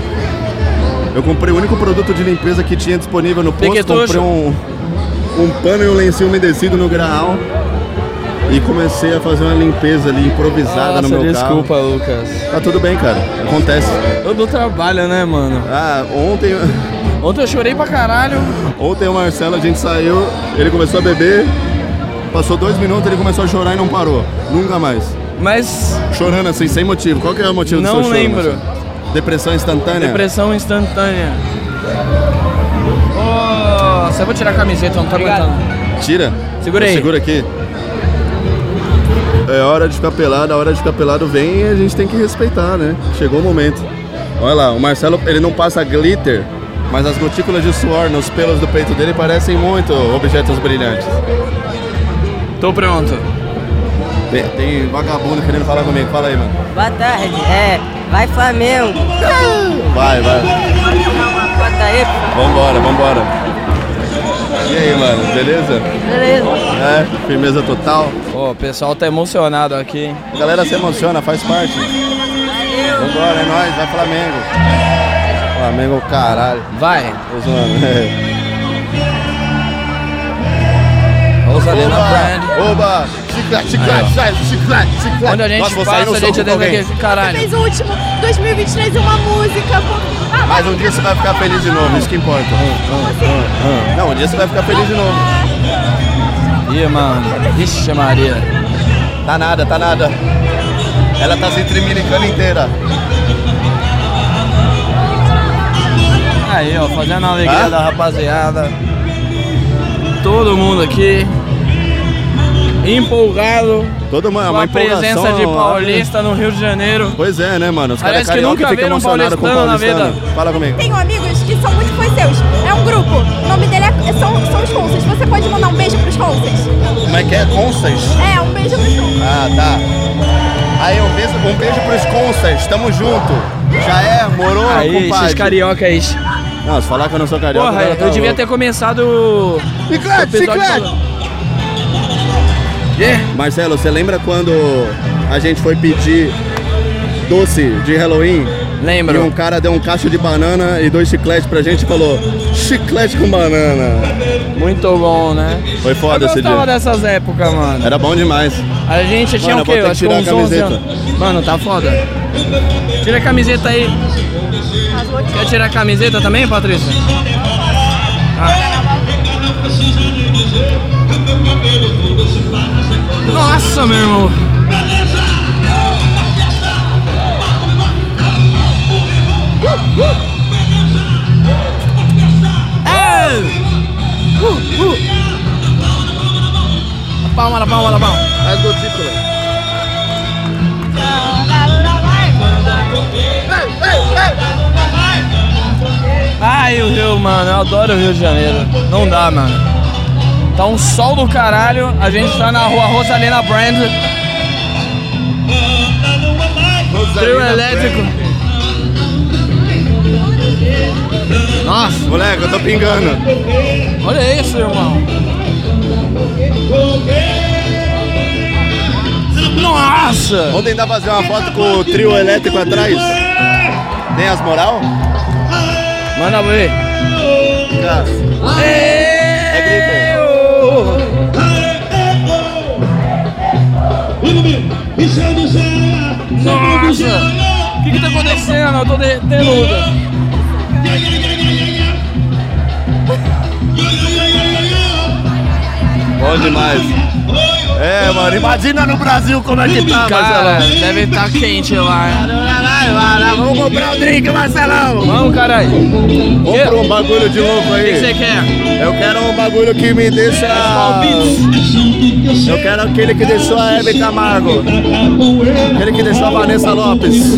Speaker 1: Eu comprei o único produto de limpeza que tinha disponível no posto.
Speaker 2: Piquetucho.
Speaker 1: Comprei um, um pano e um lencinho umedecido no graal. E comecei a fazer uma limpeza ali, improvisada no meu
Speaker 2: desculpa, Lucas.
Speaker 1: carro. Tá tudo bem, cara. Acontece.
Speaker 2: Eu dou trabalho, né, mano?
Speaker 1: Ah, ontem,
Speaker 2: Ontem eu chorei pra caralho.
Speaker 1: ontem o Marcelo, a gente saiu, ele começou a beber. Passou dois minutos, ele começou a chorar e não parou. Nunca mais.
Speaker 2: Mas
Speaker 1: Chorando assim, sem motivo. Qual que é o motivo do
Speaker 2: Não
Speaker 1: seu choro?
Speaker 2: lembro.
Speaker 1: Marcelo? Depressão instantânea?
Speaker 2: Depressão instantânea. Nossa, eu vou tirar a camiseta, eu não tô aguentando.
Speaker 1: Tira.
Speaker 2: Segura aí.
Speaker 1: Segura aqui. É hora de ficar pelado, a hora de ficar pelado vem e a gente tem que respeitar, né? Chegou o momento. Olha lá, o Marcelo, ele não passa glitter, mas as gotículas de suor nos pelos do peito dele parecem muito objetos brilhantes.
Speaker 2: Tô pronto.
Speaker 1: Tem, tem vagabundo querendo falar comigo, fala aí, mano.
Speaker 10: Boa tarde, é, vai Flamengo.
Speaker 1: Vai, vai.
Speaker 10: Uma foto aí,
Speaker 1: Vambora, vambora. E aí, mano, beleza?
Speaker 10: beleza.
Speaker 1: É, firmeza total.
Speaker 2: Ó, o pessoal tá emocionado aqui. hein?
Speaker 1: A galera se emociona, faz parte. Vambora, é nóis, vai Flamengo. Flamengo, caralho.
Speaker 2: Vai.
Speaker 1: Tô zoando. É.
Speaker 2: Rosalina Brand.
Speaker 1: Oba! Chiclete, chiclete, chiclete, chiclete, chiclete.
Speaker 2: Onde a gente
Speaker 1: Nossa, vou sair
Speaker 2: passa,
Speaker 1: no
Speaker 2: a gente
Speaker 1: soco
Speaker 2: é
Speaker 1: com alguém.
Speaker 2: daqui. Caralho.
Speaker 5: Fez o último, 2023, uma música. pô. Ah,
Speaker 1: Mas um dia você vai ficar feliz de novo, né? isso que importa.
Speaker 2: Hum,
Speaker 5: assim,
Speaker 1: Não, um dia você vai ficar feliz de novo.
Speaker 2: Ih, mano. Ixi, Maria.
Speaker 1: Tá nada, tá nada. Ela tá se trimilicando inteira.
Speaker 2: Aí, ó, fazendo a alegria
Speaker 1: Hã?
Speaker 2: da rapaziada. Todo mundo aqui. Empolgado
Speaker 1: Todo mundo, é
Speaker 2: com
Speaker 1: uma
Speaker 2: a
Speaker 1: empolgação. né?
Speaker 2: presença de paulista no Rio de Janeiro.
Speaker 1: Pois é, né, mano? Os caras
Speaker 2: Parece que
Speaker 1: carioca
Speaker 2: nunca
Speaker 1: ficam
Speaker 2: viram um
Speaker 1: emocionados com o
Speaker 2: paulistano na
Speaker 1: paulistano. Fala comigo.
Speaker 5: Tenho amigos que são muito coiseus. É um grupo. O nome dele é, são, são os Conces. Você pode mandar um beijo pros Conces?
Speaker 1: Como é que é? Consas?
Speaker 5: É, um beijo pros Conces.
Speaker 1: Ah, tá. Aí, um beijo, um beijo pros Consas, tamo junto. Já é, morou,
Speaker 2: Aí, esses
Speaker 1: compadre?
Speaker 2: cariocas.
Speaker 1: Não, se falar que eu não sou carioca,
Speaker 2: Porra, eu devia ter começado.
Speaker 1: Chiclete, chiclete! Marcelo, você lembra quando a gente foi pedir doce de Halloween? E um
Speaker 2: Lembro.
Speaker 1: cara deu um cacho de banana e dois chicletes pra gente e falou, chiclete com banana.
Speaker 2: Muito bom, né?
Speaker 1: Foi foda
Speaker 2: Eu
Speaker 1: esse
Speaker 2: gostava
Speaker 1: dia.
Speaker 2: dessas épocas, mano.
Speaker 1: Era bom demais.
Speaker 2: A gente tinha
Speaker 1: Mano,
Speaker 2: o quê?
Speaker 1: eu vou ter
Speaker 2: Eu
Speaker 1: que
Speaker 2: acho que
Speaker 1: tirar a
Speaker 2: uns 11
Speaker 1: camiseta.
Speaker 2: anos. Mano, tá foda. Tira a camiseta aí. Quer tirar a camiseta também, Patrícia? Ah. Nossa, meu irmão. Ei! É. Uh, uh. Palma na palma na palma.
Speaker 1: As gotículas.
Speaker 2: Ai, o Rio, mano, eu adoro o Rio de Janeiro. Não dá, mano. Tá um sol do caralho, a gente tá na rua Rosalina Brand. Trio elétrico. Nossa,
Speaker 1: moleque, eu tô pingando.
Speaker 2: Olha isso, irmão. Nossa!
Speaker 1: Vamos tentar fazer uma foto com o trio elétrico atrás? Tem as moral?
Speaker 2: Manda ver.
Speaker 1: Tá. É
Speaker 2: grito. Nossa! O que, que tá acontecendo? Eu tô derrubando.
Speaker 1: Bom demais. É, mano, imagina no Brasil como é que tá,
Speaker 2: Cara, Marcelo. deve estar tá quente lá.
Speaker 1: Vamos comprar um drink, Marcelão.
Speaker 2: Vamos, caralho.
Speaker 1: Compra um bagulho de louco aí.
Speaker 2: O que você quer?
Speaker 1: Eu quero um bagulho que me deixa... Eu quero aquele que deixou a Hebe Camargo. Aquele que deixou a Vanessa Lopes.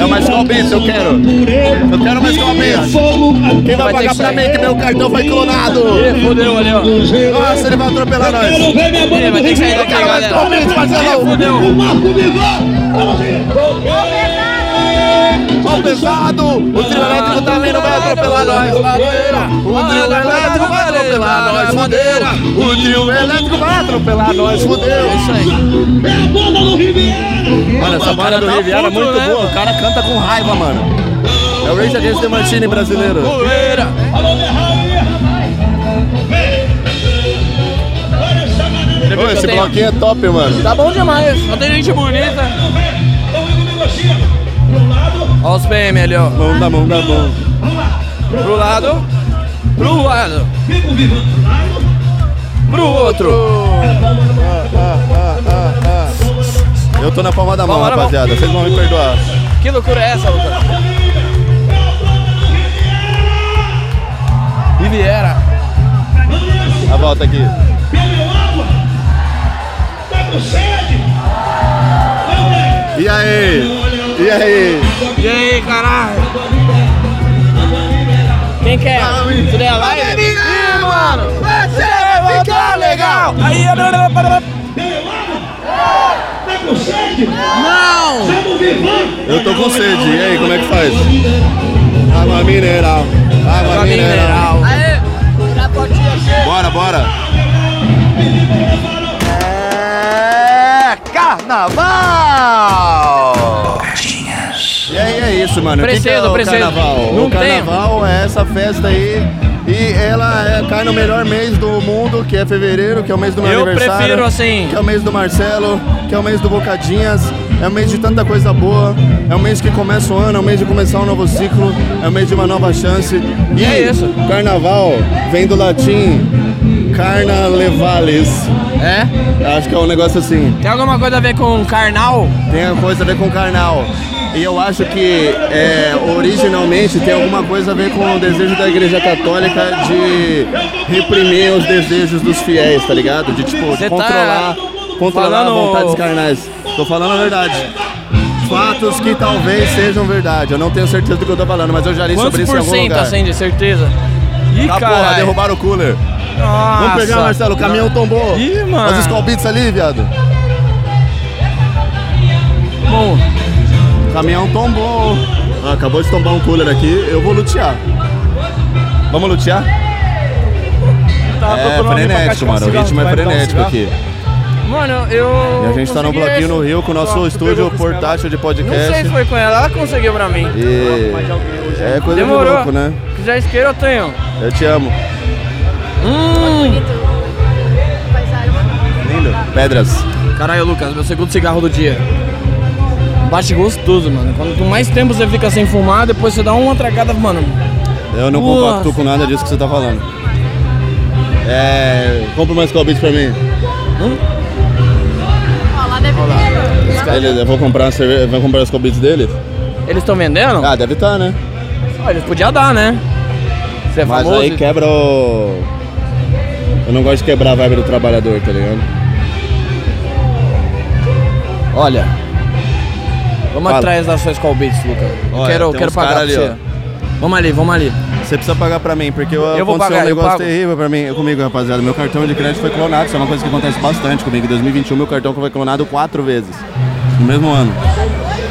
Speaker 1: É uma Skull Beats, eu quero. Eu quero uma Skull Beats. Quem vai,
Speaker 2: Vai ter
Speaker 1: pagar
Speaker 2: que
Speaker 1: pra
Speaker 2: sair.
Speaker 1: mim que meu cartão foi clonado?
Speaker 2: Ih, fodeu ali, ó.
Speaker 1: Nossa, ele vai atropelar nós.
Speaker 2: Ih, vai ter que sair
Speaker 1: Eu
Speaker 2: daqui,
Speaker 1: quero mais
Speaker 2: galera.
Speaker 1: palmeiras, Marcelão.
Speaker 2: Ih, fodeu.
Speaker 1: Ó o pesado. O trio elétrico também não vai atropelar nós. Ladeira. O trio elétrico vai atropelar nós. Ladeira. O trio elétrico vai atropelar nós. Fudeu.
Speaker 2: É isso aí.
Speaker 1: Mano, essa banda do Riviera é muito
Speaker 2: né,
Speaker 1: boa. O cara canta com raiva, mano. É o Rage Against the Machine brasileiro.
Speaker 2: Poeira.
Speaker 1: Ô, esse bloquinho é top, mano.
Speaker 2: Tá bom demais. Só tem gente bonita. Ó os PM ali, ó.
Speaker 1: Mão da mão da mão.
Speaker 2: Pro lado. Pro lado. Pro outro.
Speaker 1: Eu tô na palma da mão,
Speaker 2: Bora, bora,
Speaker 1: rapaziada. Vocês vão me perdoar.
Speaker 2: Que loucura é essa, Lucas? Riviera.
Speaker 1: A volta aqui. E aí? E aí?
Speaker 2: E aí, caralho? Quem quer? Tudo é live? Ih, mano! Você
Speaker 1: é
Speaker 2: vai ficar legal! Aí, Não!
Speaker 1: Eu tô com sede. E aí, como é que faz? Água mineral. Água mineral. Bora, bora. É carnaval! E aí é isso, mano. O que que é
Speaker 2: Preciso,
Speaker 1: o
Speaker 2: preciso.
Speaker 1: carnaval?
Speaker 2: Não
Speaker 1: o carnaval é essa festa aí. E ela é- cai no melhor mês do mundo, que é fevereiro, que é o mês do meu
Speaker 2: Eu
Speaker 1: aniversário.
Speaker 2: prefiro assim.
Speaker 1: Que é o mês do Marcelo, que é o mês do Bocadinhas. É o mês de tanta coisa boa. É o mês que começa o ano, é o mês de começar um novo ciclo. É o mês de uma nova chance. E
Speaker 2: É isso.
Speaker 1: Carnaval vem do latim carna levalis.
Speaker 2: É?
Speaker 1: Acho que é um negócio assim.
Speaker 2: Tem alguma coisa a ver com carnal?
Speaker 1: Tem uma coisa a ver com carnal. E eu acho que é, originalmente tem alguma coisa a ver com o desejo da igreja católica de reprimir os desejos dos fiéis, tá ligado? De tipo,
Speaker 2: Cê tá
Speaker 1: controlar, controlar
Speaker 2: falando-
Speaker 1: a vontade dos carnais. Tô falando a verdade. Fatos que talvez sejam verdade. Eu não tenho certeza do que eu tô falando, mas eu já li sobre
Speaker 2: Quantos
Speaker 1: isso em
Speaker 2: por
Speaker 1: algum
Speaker 2: cento,
Speaker 1: lugar.
Speaker 2: assim, de certeza? Ih,
Speaker 1: Tá porra,
Speaker 2: caralho.
Speaker 1: derrubaram o cooler.
Speaker 2: Nossa.
Speaker 1: Vamos pegar, Marcelo, o caminhão tombou.
Speaker 2: Ih, mano.
Speaker 1: As Skol Beats ali, viado.
Speaker 2: Bom,
Speaker 1: O caminhão tombou. Ah, acabou de tombar um cooler aqui, eu vou lutear. Vamos lutear? É
Speaker 8: Tava procurando alguém pra
Speaker 1: frenético,
Speaker 8: cascar um
Speaker 1: mano. O
Speaker 8: cigarro,
Speaker 1: ritmo
Speaker 8: tu
Speaker 1: é
Speaker 8: vai me dar um
Speaker 1: frenético
Speaker 8: cigarro?
Speaker 1: aqui.
Speaker 2: mano, eu.
Speaker 1: E a gente tá no
Speaker 2: consegui
Speaker 1: bloquinho
Speaker 2: essa.
Speaker 1: no Rio com o nosso
Speaker 8: Só, tu
Speaker 1: estúdio
Speaker 8: pegou com
Speaker 1: portátil de
Speaker 2: Não sei se
Speaker 1: podcast.
Speaker 2: foi com ela, ela conseguiu pra mim.
Speaker 1: E é coisa de
Speaker 2: Demorou.
Speaker 1: louco, né?
Speaker 2: Já é isqueiro eu tenho.
Speaker 1: Eu te amo.
Speaker 2: Hum.
Speaker 1: Lindo. Pedras.
Speaker 2: Caralho, Lucas, meu segundo cigarro do dia. Bate gostoso, mano. Quanto mais tempo você fica sem fumar, depois você dá uma tragada, mano.
Speaker 1: Eu não
Speaker 2: Nossa.
Speaker 1: compacto com nada disso que você tá falando. É. Compra uma Skull Beats pra mim. Ele, eu vou comprar uma cerveja. Vai comprar as Skull Beats dele?
Speaker 2: Eles estão vendendo?
Speaker 1: Ah, deve estar, né?
Speaker 2: Ah, eles podiam dar, né? Você é
Speaker 1: Mas
Speaker 2: famoso?
Speaker 1: aí quebra o. Eu não gosto de quebrar a vibe do trabalhador, tá ligado?
Speaker 2: Olha. Vamos
Speaker 1: Fala. é-
Speaker 2: atrás das suas call beats, Lucas. Eu
Speaker 1: Olha,
Speaker 2: quero,
Speaker 1: é, tem
Speaker 2: quero
Speaker 1: uns
Speaker 2: pagar pra
Speaker 1: cara ali,
Speaker 2: você. Vamos ali, vamos ali.
Speaker 1: Você precisa pagar pra mim, porque eu,
Speaker 2: Eu vou
Speaker 1: aconteceu
Speaker 2: pagar,
Speaker 1: um
Speaker 2: eu
Speaker 1: negócio
Speaker 2: pago.
Speaker 1: terrível pra mim, comigo, rapaziada. Meu cartão de crédito foi clonado, isso é uma coisa que acontece bastante comigo. Em 2021, meu cartão foi clonado quatro vezes, no mesmo ano.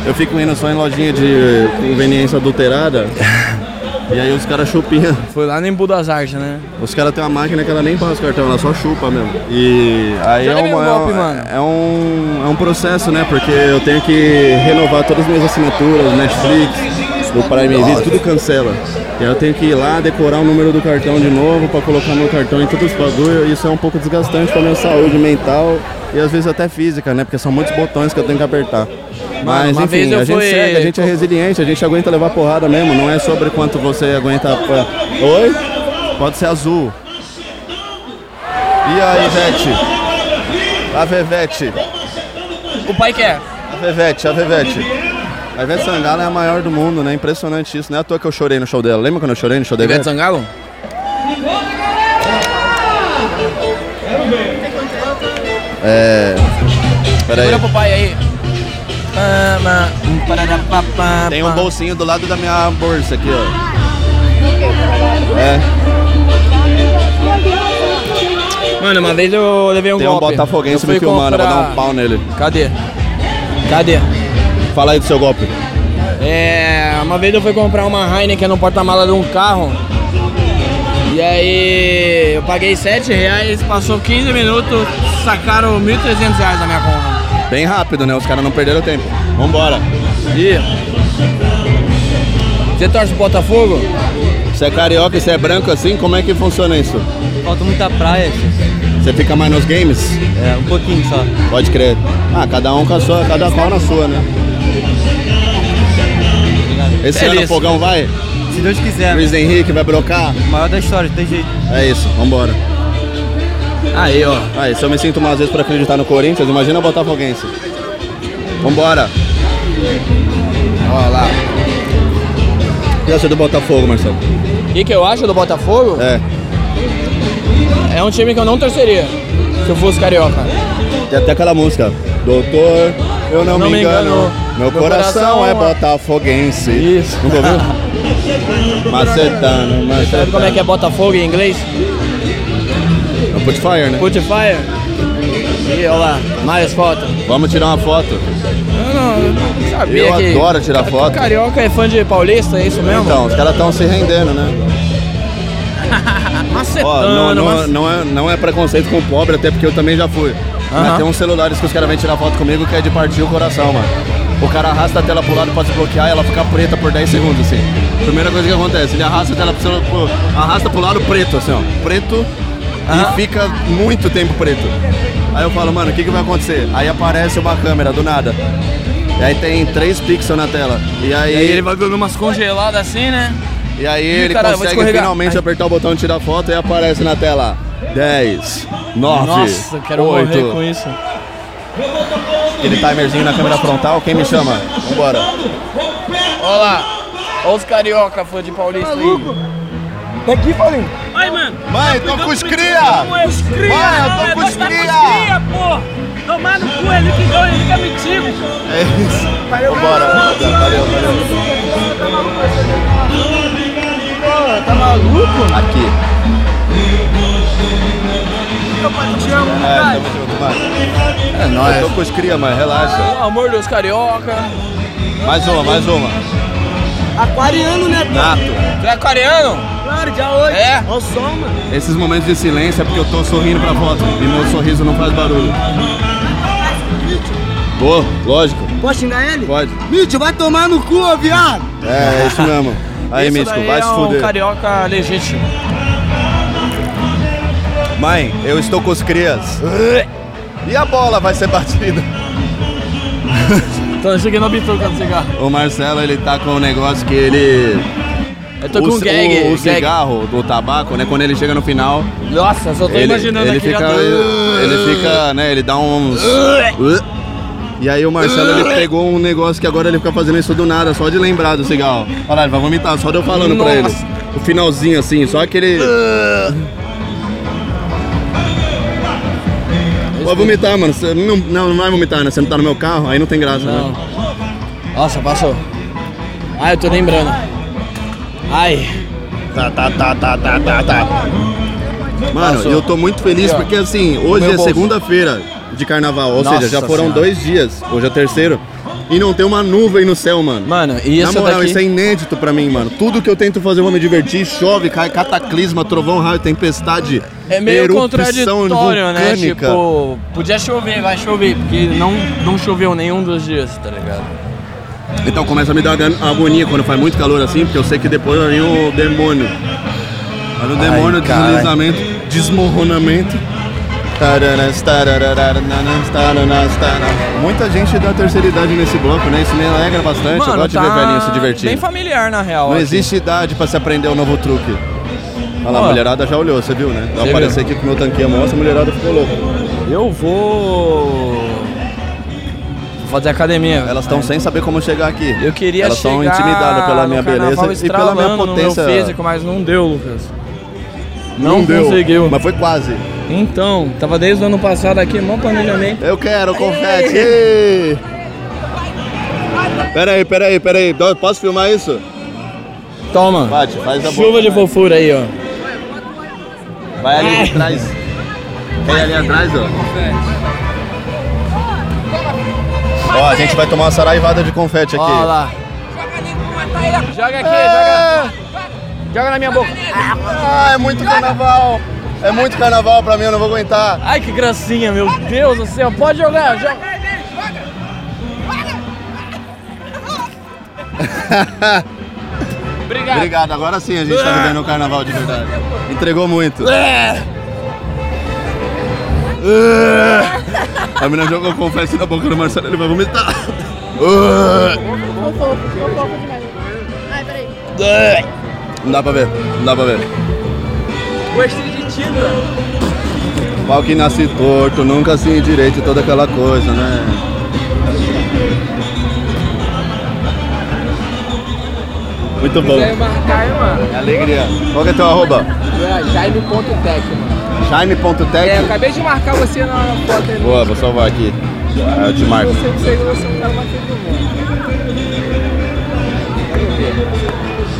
Speaker 1: Eu fico indo só em lojinha de conveniência adulterada, e aí os caras chupinham.
Speaker 2: Foi lá no Embu das Artes, né?
Speaker 1: Os caras têm uma máquina que ela nem passa o cartão, ela só chupa mesmo. E aí
Speaker 2: Já
Speaker 1: é,
Speaker 2: levei
Speaker 1: uma-
Speaker 2: um
Speaker 1: é um-
Speaker 2: golpe, mano.
Speaker 1: é um é um processo, né? Porque eu tenho que renovar todas as minhas assinaturas, Netflix, o Prime Video, tudo cancela. E aí eu tenho que ir lá decorar o número do cartão de novo pra colocar meu cartão em todos os bagulhos. Isso é um pouco desgastante pra minha saúde mental e às vezes até física, né? Porque são muitos botões que eu tenho que apertar. Mas
Speaker 2: uma vez
Speaker 1: enfim,
Speaker 2: eu
Speaker 1: a gente
Speaker 2: fui-
Speaker 1: segue, a gente é resiliente, a gente aguenta levar porrada mesmo, não é sobre quanto você aguenta. Oi? Pode ser azul. E a Ivete? A Vevete.
Speaker 2: O pai é? quer.
Speaker 1: A Vevete, a Vevete. A Ivete Sangalo é a maior do mundo, né? Impressionante isso. Não é à toa que eu chorei no show dela. Lembra quando eu chorei no show dela?
Speaker 2: Ivete Sangalo?
Speaker 1: É. Peraí.
Speaker 2: Segura pro pai aí. Pama, um parará, pá, pá,
Speaker 1: Tem um
Speaker 2: pá.
Speaker 1: bolsinho do lado da minha bolsa aqui,
Speaker 2: Um
Speaker 1: ó. É.
Speaker 2: Mano, uma vez eu levei um
Speaker 1: Tem um
Speaker 2: golpe.
Speaker 1: botafoguense
Speaker 2: Eu fui
Speaker 1: me filmando, eu vou
Speaker 2: comprar-
Speaker 1: dar um pau nele.
Speaker 2: Cadê? Cadê?
Speaker 1: Fala aí do seu golpe.
Speaker 2: É, uma vez eu fui comprar uma Heineken no porta-mala de um carro. E aí eu paguei R$ 7 reais, passou 15 minutos, sacaram 1.300 reais da minha conta.
Speaker 1: Bem rápido, né? Os caras não perderam tempo. Vambora.
Speaker 2: E... Você torce pro Botafogo?
Speaker 1: Você é carioca e você é branco assim? Como é que funciona isso?
Speaker 11: Falta muita praia,
Speaker 1: Você fica mais nos games?
Speaker 11: É, um pouquinho só.
Speaker 1: Pode crer. Ah, cada um com a sua, cada qual na sua, né? Esse
Speaker 11: Feliz.
Speaker 1: ano o fogão vai?
Speaker 11: É Se Deus quiser. né?
Speaker 1: Luiz Henrique vai brocar?
Speaker 11: Maior da história, tem jeito.
Speaker 1: É isso, vambora.
Speaker 2: Aí, ó.
Speaker 1: Aí, se eu me sinto umas vezes pra acreditar no Corinthians, imagina o Botafoguense. Vambora. Ó lá. O que você acha do Botafogo, Marcelo?
Speaker 2: O que, que eu acho do Botafogo?
Speaker 1: É.
Speaker 2: É um time que eu não torceria se eu fosse carioca.
Speaker 1: Tem até aquela música. Doutor, eu não, me engano. Meu, coração, é botafoguense. Isso. Nunca ouviu? macetano,
Speaker 2: Sabe
Speaker 1: macetano.
Speaker 2: como é que é Botafogo em inglês?
Speaker 1: É o Putfire, né?
Speaker 2: Put fire. E olha lá, mais fotos.
Speaker 1: Vamos tirar uma foto.
Speaker 2: Eu não, eu não sabia
Speaker 1: Eu
Speaker 2: que...
Speaker 1: adoro tirar
Speaker 2: Ca-
Speaker 1: foto.
Speaker 2: Carioca é fã de paulista, é isso mesmo?
Speaker 1: Então, os caras estão se rendendo, né?
Speaker 2: Macetano,
Speaker 1: Ó, não, não,
Speaker 2: mas-
Speaker 1: não, é, não é preconceito com o pobre, até porque eu também já fui. Mas
Speaker 2: Aham.
Speaker 1: tem uns celulares que os caras vêm tirar foto comigo que é de partir o coração, mano. O cara arrasta a tela pro lado pra desbloquear e ela fica preta por 10 segundos, assim. Primeira coisa que acontece, ele arrasta a tela pro, celu- pro, arrasta pro lado preto, assim, ó. Preto e fica muito tempo preto. Aí eu falo, mano, o que, que vai acontecer? Aí aparece uma câmera, do nada. E aí tem 3 pixels na tela. E aí,
Speaker 2: E aí ele vai dando umas congeladas assim, né?
Speaker 1: e aí
Speaker 2: Ih,
Speaker 1: ele
Speaker 2: caralho, vou
Speaker 1: consegue
Speaker 2: escorregar.
Speaker 1: finalmente
Speaker 2: Ai.
Speaker 1: apertar o botão de tirar foto e aparece na tela 10, 9,
Speaker 2: Nossa, quero morrer com isso.
Speaker 1: Aquele timerzinho na câmera frontal, quem me chama? Vambora.
Speaker 2: Olha lá, olha os carioca fã de paulista aí.
Speaker 1: Daqui, Paulinho.
Speaker 3: Vai, mano.
Speaker 1: Mãe, tô com os cria.
Speaker 3: Vai,
Speaker 1: Mãe, eu tô com os cria.
Speaker 3: pô. Tomar no cu, ele que deu, ele que é metido.
Speaker 1: É isso. Vambora. Valeu, valeu.
Speaker 3: Tá maluco?
Speaker 1: Aqui.
Speaker 3: Meu pai, te amo,
Speaker 1: É, tamo junto, mãe. É nóis. Eu tô com os cria, mãe, relaxa.
Speaker 2: O amor dos carioca.
Speaker 1: Mais uma, mais uma.
Speaker 11: Aquariano, né?
Speaker 1: Nato.
Speaker 2: Tu é aquariano?
Speaker 11: Claro, dia 8.
Speaker 2: É?
Speaker 11: Olha o som, mano.
Speaker 1: Esses momentos de silêncio é porque eu tô sorrindo pra foto e meu sorriso não faz barulho. Boa, lógico.
Speaker 11: Posso xingar ele?
Speaker 1: Pode.
Speaker 11: Mítico, vai tomar no cu, ô viado.
Speaker 1: É, é isso mesmo. Aí,
Speaker 2: Isso
Speaker 1: Mítico,
Speaker 2: daí
Speaker 1: vai
Speaker 2: é
Speaker 1: se
Speaker 2: um
Speaker 1: fuder.
Speaker 2: carioca legítimo.
Speaker 1: Mãe, eu estou com os crias. E a bola vai ser batida.
Speaker 2: Então eu cheguei no bituca do cigarro.
Speaker 1: O Marcelo, ele tá com um negócio que ele.
Speaker 2: Eu tô
Speaker 1: o,
Speaker 2: com um
Speaker 1: ci-
Speaker 2: gag.
Speaker 1: o, o
Speaker 2: gag.
Speaker 1: cigarro do tabaco, né? Quando ele chega no final,
Speaker 2: Nossa, só tô
Speaker 1: ele,
Speaker 2: imaginando
Speaker 1: ele
Speaker 2: aqui
Speaker 1: fica.
Speaker 2: já tô-
Speaker 1: Ele fica, né? Ele dá uns. E aí o Marcelo ele pegou um negócio que agora ele fica fazendo isso do nada, só de lembrar do cigarro. Olha lá, ele vai vomitar, só de eu falando pra ele.
Speaker 2: Nossa.
Speaker 1: O finalzinho assim, só aquele. Vai vomitar, mano. Você não, não, não vai vomitar, né? Você não tá no meu carro, aí não tem graça,
Speaker 2: Não.
Speaker 1: né?
Speaker 2: Nossa, passou. Ai, eu tô lembrando. Ai.
Speaker 1: Tá, tá, tá, tá, tá, tá, tá. Mano, eu tô muito feliz
Speaker 2: Aqui, ó.
Speaker 1: porque assim, hoje
Speaker 2: Meu
Speaker 1: é
Speaker 2: bolso.
Speaker 1: segunda-feira de carnaval, ou
Speaker 2: Nossa
Speaker 1: seja, já foram
Speaker 2: Senhora.
Speaker 1: dois dias, hoje é o terceiro. E não tem uma nuvem no céu, mano.
Speaker 2: Mano, e
Speaker 1: Na
Speaker 2: essa
Speaker 1: moral,
Speaker 2: daqui-
Speaker 1: isso é inédito pra mim, mano. Tudo que eu tento fazer, eu vou me divertir, chove, cai cataclisma, trovão, raio, tempestade.
Speaker 2: É meio
Speaker 1: erupção
Speaker 2: contraditório, né?
Speaker 1: vulcânica.
Speaker 2: Tipo, podia chover, vai chover, porque não, não choveu nenhum dos dias, tá ligado?
Speaker 1: Então começa a me dar agon- agonia quando faz muito calor assim, porque eu sei que depois vai vir o demônio. Olha o
Speaker 12: Ai,
Speaker 1: demônio,
Speaker 12: caralho.
Speaker 1: deslizamento, desmorronamento. Tararas, tararararananas, taranas, taranas. Muita gente da terceira idade nesse bloco, né? Isso me alegra bastante. eu gosto de ver velhinho se divertir.
Speaker 2: tá Bem familiar, na real.
Speaker 1: Não
Speaker 2: aqui.
Speaker 1: existe idade pra se aprender um novo truque. Olha lá,
Speaker 2: Ó.
Speaker 1: a mulherada já olhou, você viu, né? Eu
Speaker 2: Você
Speaker 1: apareci
Speaker 2: viu?
Speaker 1: aqui com o meu tanquinho à mão, essa mulherada ficou louca.
Speaker 2: Eu vou. Vou fazer academia.
Speaker 1: Elas estão sem saber como chegar aqui.
Speaker 2: Eu queria
Speaker 1: Elas
Speaker 2: chegar
Speaker 1: tão intimidadas pela
Speaker 2: no
Speaker 1: minha
Speaker 2: carnaval
Speaker 1: beleza e pela minha
Speaker 2: estralando no meu
Speaker 1: potência.
Speaker 2: físico, mas não deu, Lucas. Não,
Speaker 1: deu,
Speaker 2: conseguiu.
Speaker 1: Mas foi quase.
Speaker 2: Então, tava desde o ano passado aqui, mó planejamento.
Speaker 1: Eu quero confete. Ei! Peraí, peraí, peraí. Dó- Posso filmar isso?
Speaker 2: Toma.
Speaker 1: Bate, faz a
Speaker 2: Chuva
Speaker 1: boca,
Speaker 2: de
Speaker 1: vai. tá
Speaker 2: fofura aí, ó.
Speaker 1: Vai ali atrás. Vai ali atrás, ó. Ó, a gente vai tomar uma saraivada de confete aqui.
Speaker 2: Ó lá. Joga aqui, joga.
Speaker 1: É.
Speaker 2: Joga na minha boca.
Speaker 1: Ah, é muito carnaval. É muito carnaval pra mim, eu não vou aguentar.
Speaker 2: Ai, que gracinha, meu Deus do céu. Pode jogar, joga. Obrigado. É.
Speaker 1: Obrigado, agora sim a gente tá vivendo o carnaval de verdade. Entregou muito. É. A menina jogou confete na boca do Marcelo, ele vai vomitar. É.
Speaker 5: Ficou fofo, ficou fofo demais. Ai, peraí.
Speaker 1: Não É. dá pra ver, não dá pra ver.
Speaker 2: Gostei de ti, mano.
Speaker 1: Pau que nasce torto, nunca se endireita e toda aquela coisa, né? Muito bom.
Speaker 2: marcar, mano.
Speaker 1: Alegria. Qual que é teu arroba?
Speaker 2: Jaime.tec, mano.
Speaker 1: Shine.tech.
Speaker 2: É, acabei de marcar você na foto aí.
Speaker 1: Boa, vou salvar aqui. Ah, eu te marco.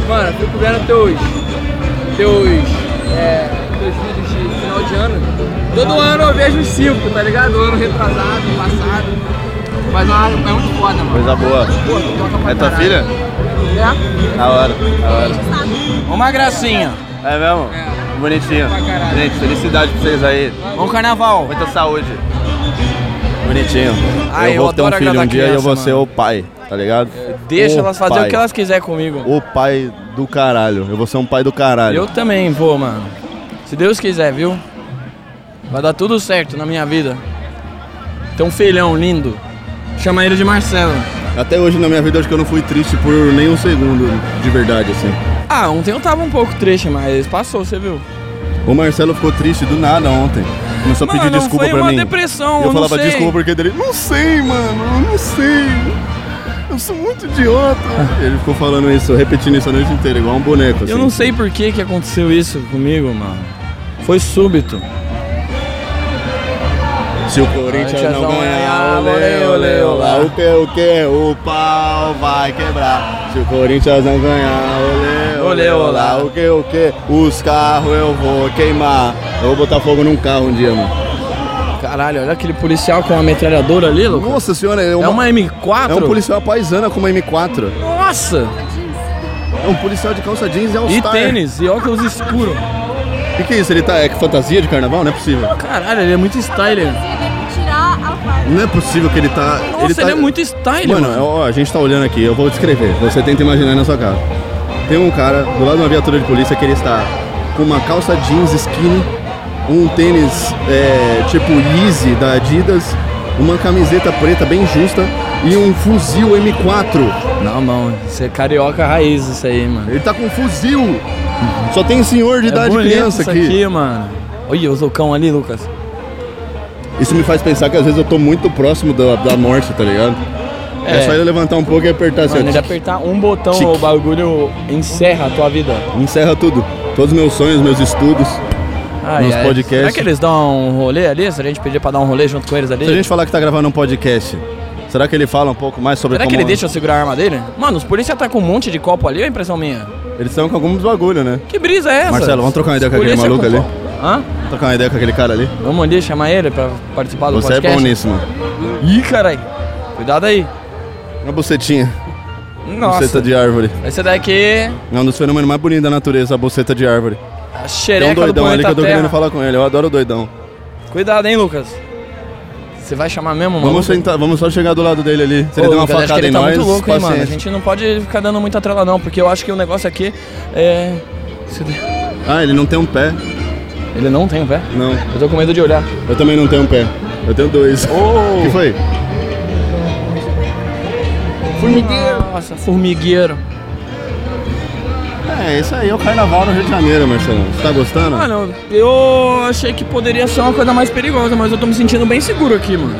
Speaker 2: Mano, eu fico vendo teus. teus. é, teus vídeos de final de ano. Todo ano eu vejo os cinco, tá ligado? Ano retrasado, passado. Mas é uma- é muito foda, mano.
Speaker 1: Coisa boa.
Speaker 2: Pô, tu toca pra
Speaker 1: É tua
Speaker 2: caralho.
Speaker 1: filha?
Speaker 2: É.
Speaker 1: Da hora, da hora.
Speaker 2: Uma gracinha.
Speaker 1: É mesmo? Bonitinho. Gente, felicidade pra vocês aí.
Speaker 2: Bom carnaval.
Speaker 1: Muita saúde. Bonitinho.
Speaker 2: Ai,
Speaker 1: eu vou
Speaker 2: Ah, eu
Speaker 1: ter um
Speaker 2: adoro
Speaker 1: filho
Speaker 2: agradar
Speaker 1: um dia e eu
Speaker 2: criança,
Speaker 1: vou ser
Speaker 2: mano.
Speaker 1: o pai, tá ligado?
Speaker 2: Deixa
Speaker 1: O
Speaker 2: elas fazerem
Speaker 1: pai.
Speaker 2: o que elas quiserem comigo.
Speaker 1: O pai do caralho. Eu vou ser um pai do caralho.
Speaker 2: Eu também vou, mano. Se Deus quiser, viu? Vai dar tudo certo na minha vida. Tem um filhão lindo. Chama ele de Marcelo.
Speaker 1: Até hoje na minha vida acho que eu não fui triste por nem um segundo, de verdade, assim.
Speaker 2: Ah, ontem eu tava um pouco triste, mas passou, você viu?
Speaker 1: O Marcelo ficou triste do nada ontem. Começou a
Speaker 2: Mano,
Speaker 1: pedir desculpa
Speaker 2: foi
Speaker 1: pra
Speaker 2: uma
Speaker 1: mim.
Speaker 2: depressão,
Speaker 1: E eu,
Speaker 2: eu não
Speaker 1: falava
Speaker 2: sei.
Speaker 1: desculpa porque dele. Não sei, mano, eu não sei. Eu sou muito idiota. Ele ficou falando isso, repetindo isso a noite inteira, igual um boneco. Assim.
Speaker 2: Eu não sei por que que aconteceu isso comigo, mano. Foi súbito.
Speaker 1: Se o Corinthians
Speaker 2: Corinthians
Speaker 1: não
Speaker 2: não
Speaker 1: ganhar,
Speaker 2: ganhar,
Speaker 1: olê, olê, olá. O que, o que? O pau vai quebrar. Se o Corinthians não ganhar, olê, olê,
Speaker 2: Olê,
Speaker 1: olá.
Speaker 2: olá.
Speaker 1: O que, o que? Os carros eu vou queimar. Eu vou botar fogo num carro um dia, mano.
Speaker 2: Caralho, olha aquele policial com uma metralhadora ali, louco.
Speaker 1: Nossa senhora, é uma,
Speaker 2: É uma M4?
Speaker 1: é um policial paisana com uma M4.
Speaker 2: Nossa!
Speaker 1: É um policial de calça jeans é um
Speaker 2: E
Speaker 1: star.
Speaker 2: tênis, e óculos escuro.
Speaker 1: O que, que é isso? Ele tá. É que fantasia de carnaval? Não é possível.
Speaker 2: Caralho, ele é muito styler.
Speaker 5: Tirar a faca.
Speaker 1: Não é possível que ele tá.
Speaker 2: Nossa,
Speaker 1: tá...
Speaker 2: ele é muito styler,
Speaker 1: Mano,
Speaker 2: mano.
Speaker 1: ó, a gente tá olhando aqui, eu vou descrever. Você tenta imaginar aí na sua cara. Tem um cara do lado de uma viatura de polícia que ele está com uma calça jeans skinny, um tênis é, tipo Yeezy da Adidas, uma camiseta preta bem justa e um fuzil M4.
Speaker 2: Não, mão, você é carioca raiz isso aí, mano.
Speaker 1: Ele tá com um fuzil! Só tem senhor de
Speaker 2: É
Speaker 1: idade
Speaker 2: bonito
Speaker 1: criança
Speaker 2: isso
Speaker 1: aqui.
Speaker 2: mano. Olha os loucão ali, Lucas.
Speaker 1: Isso me faz pensar que às vezes eu tô muito próximo da, da morte, tá ligado? É.
Speaker 2: É.
Speaker 1: só ele levantar um pouco e apertar assim. ó,
Speaker 2: Mano, de apertar um botão
Speaker 1: Tique.
Speaker 2: o bagulho encerra a tua vida.
Speaker 1: Encerra tudo. Todos os meus sonhos, meus estudos.
Speaker 2: Ai,
Speaker 1: Nos
Speaker 2: ai.
Speaker 1: podcasts.
Speaker 2: Será que eles dão um rolê ali? Se a gente pedir pra dar um rolê junto com eles ali?
Speaker 1: Se a gente falar que tá gravando um podcast, Será que ele fala um pouco mais sobre
Speaker 2: Será que ele deixa eu segurar a arma dele? Mano, os policiais tá com um monte de copo ali, é impressão minha?
Speaker 1: Eles estão com alguns bagulho, né?
Speaker 2: Que brisa é essa?
Speaker 1: Marcelo, vamos trocar uma ideia com aquele
Speaker 2: Polícia
Speaker 1: maluco
Speaker 2: com
Speaker 1: ali?
Speaker 2: copo. Hã?
Speaker 1: Trocar uma ideia com aquele cara ali?
Speaker 2: Vamos ali chamar ele pra participar do
Speaker 1: Você é
Speaker 2: podcast?
Speaker 1: bom nisso, mano.
Speaker 2: Ih, caralho. Cuidado aí.
Speaker 1: Uma bucetinha.
Speaker 2: Nossa.
Speaker 1: Buceta de árvore.
Speaker 2: Esse daqui
Speaker 1: É um dos fenômenos mais bonitos da natureza, a buceta de árvore.
Speaker 2: a
Speaker 1: Tem
Speaker 2: xereca
Speaker 1: um doidão
Speaker 2: do
Speaker 1: ali que
Speaker 2: planeta
Speaker 1: eu tô
Speaker 2: Terra.
Speaker 1: querendo falar com ele. Eu adoro o doidão.
Speaker 2: Cuidado, hein, Lucas. Você vai chamar mesmo, mano?
Speaker 1: Vamos, sentar, vamos só chegar do lado dele ali. Se
Speaker 2: Ô,
Speaker 1: ele der uma
Speaker 2: Lucas, acho que
Speaker 1: facada
Speaker 2: ele
Speaker 1: em
Speaker 2: tá
Speaker 1: nós,
Speaker 2: muito louco, hein, mano. A
Speaker 1: paciência.
Speaker 2: gente não pode ficar dando muita trela, não, porque eu acho que o negócio aqui é. se der-
Speaker 1: Ah, ele não tem um pé.
Speaker 2: Ele não tem um pé?
Speaker 1: Não.
Speaker 2: Eu tô com medo de olhar.
Speaker 1: Eu também não tenho um pé. Eu tenho dois. O que foi?
Speaker 2: Formigueiro. Nossa, formigueiro.
Speaker 1: É, isso aí é o carnaval no Rio de Janeiro, Marcelo. Você tá gostando?
Speaker 2: Mano, eu achei que poderia ser uma coisa mais perigosa, mas eu tô me sentindo bem seguro aqui, mano.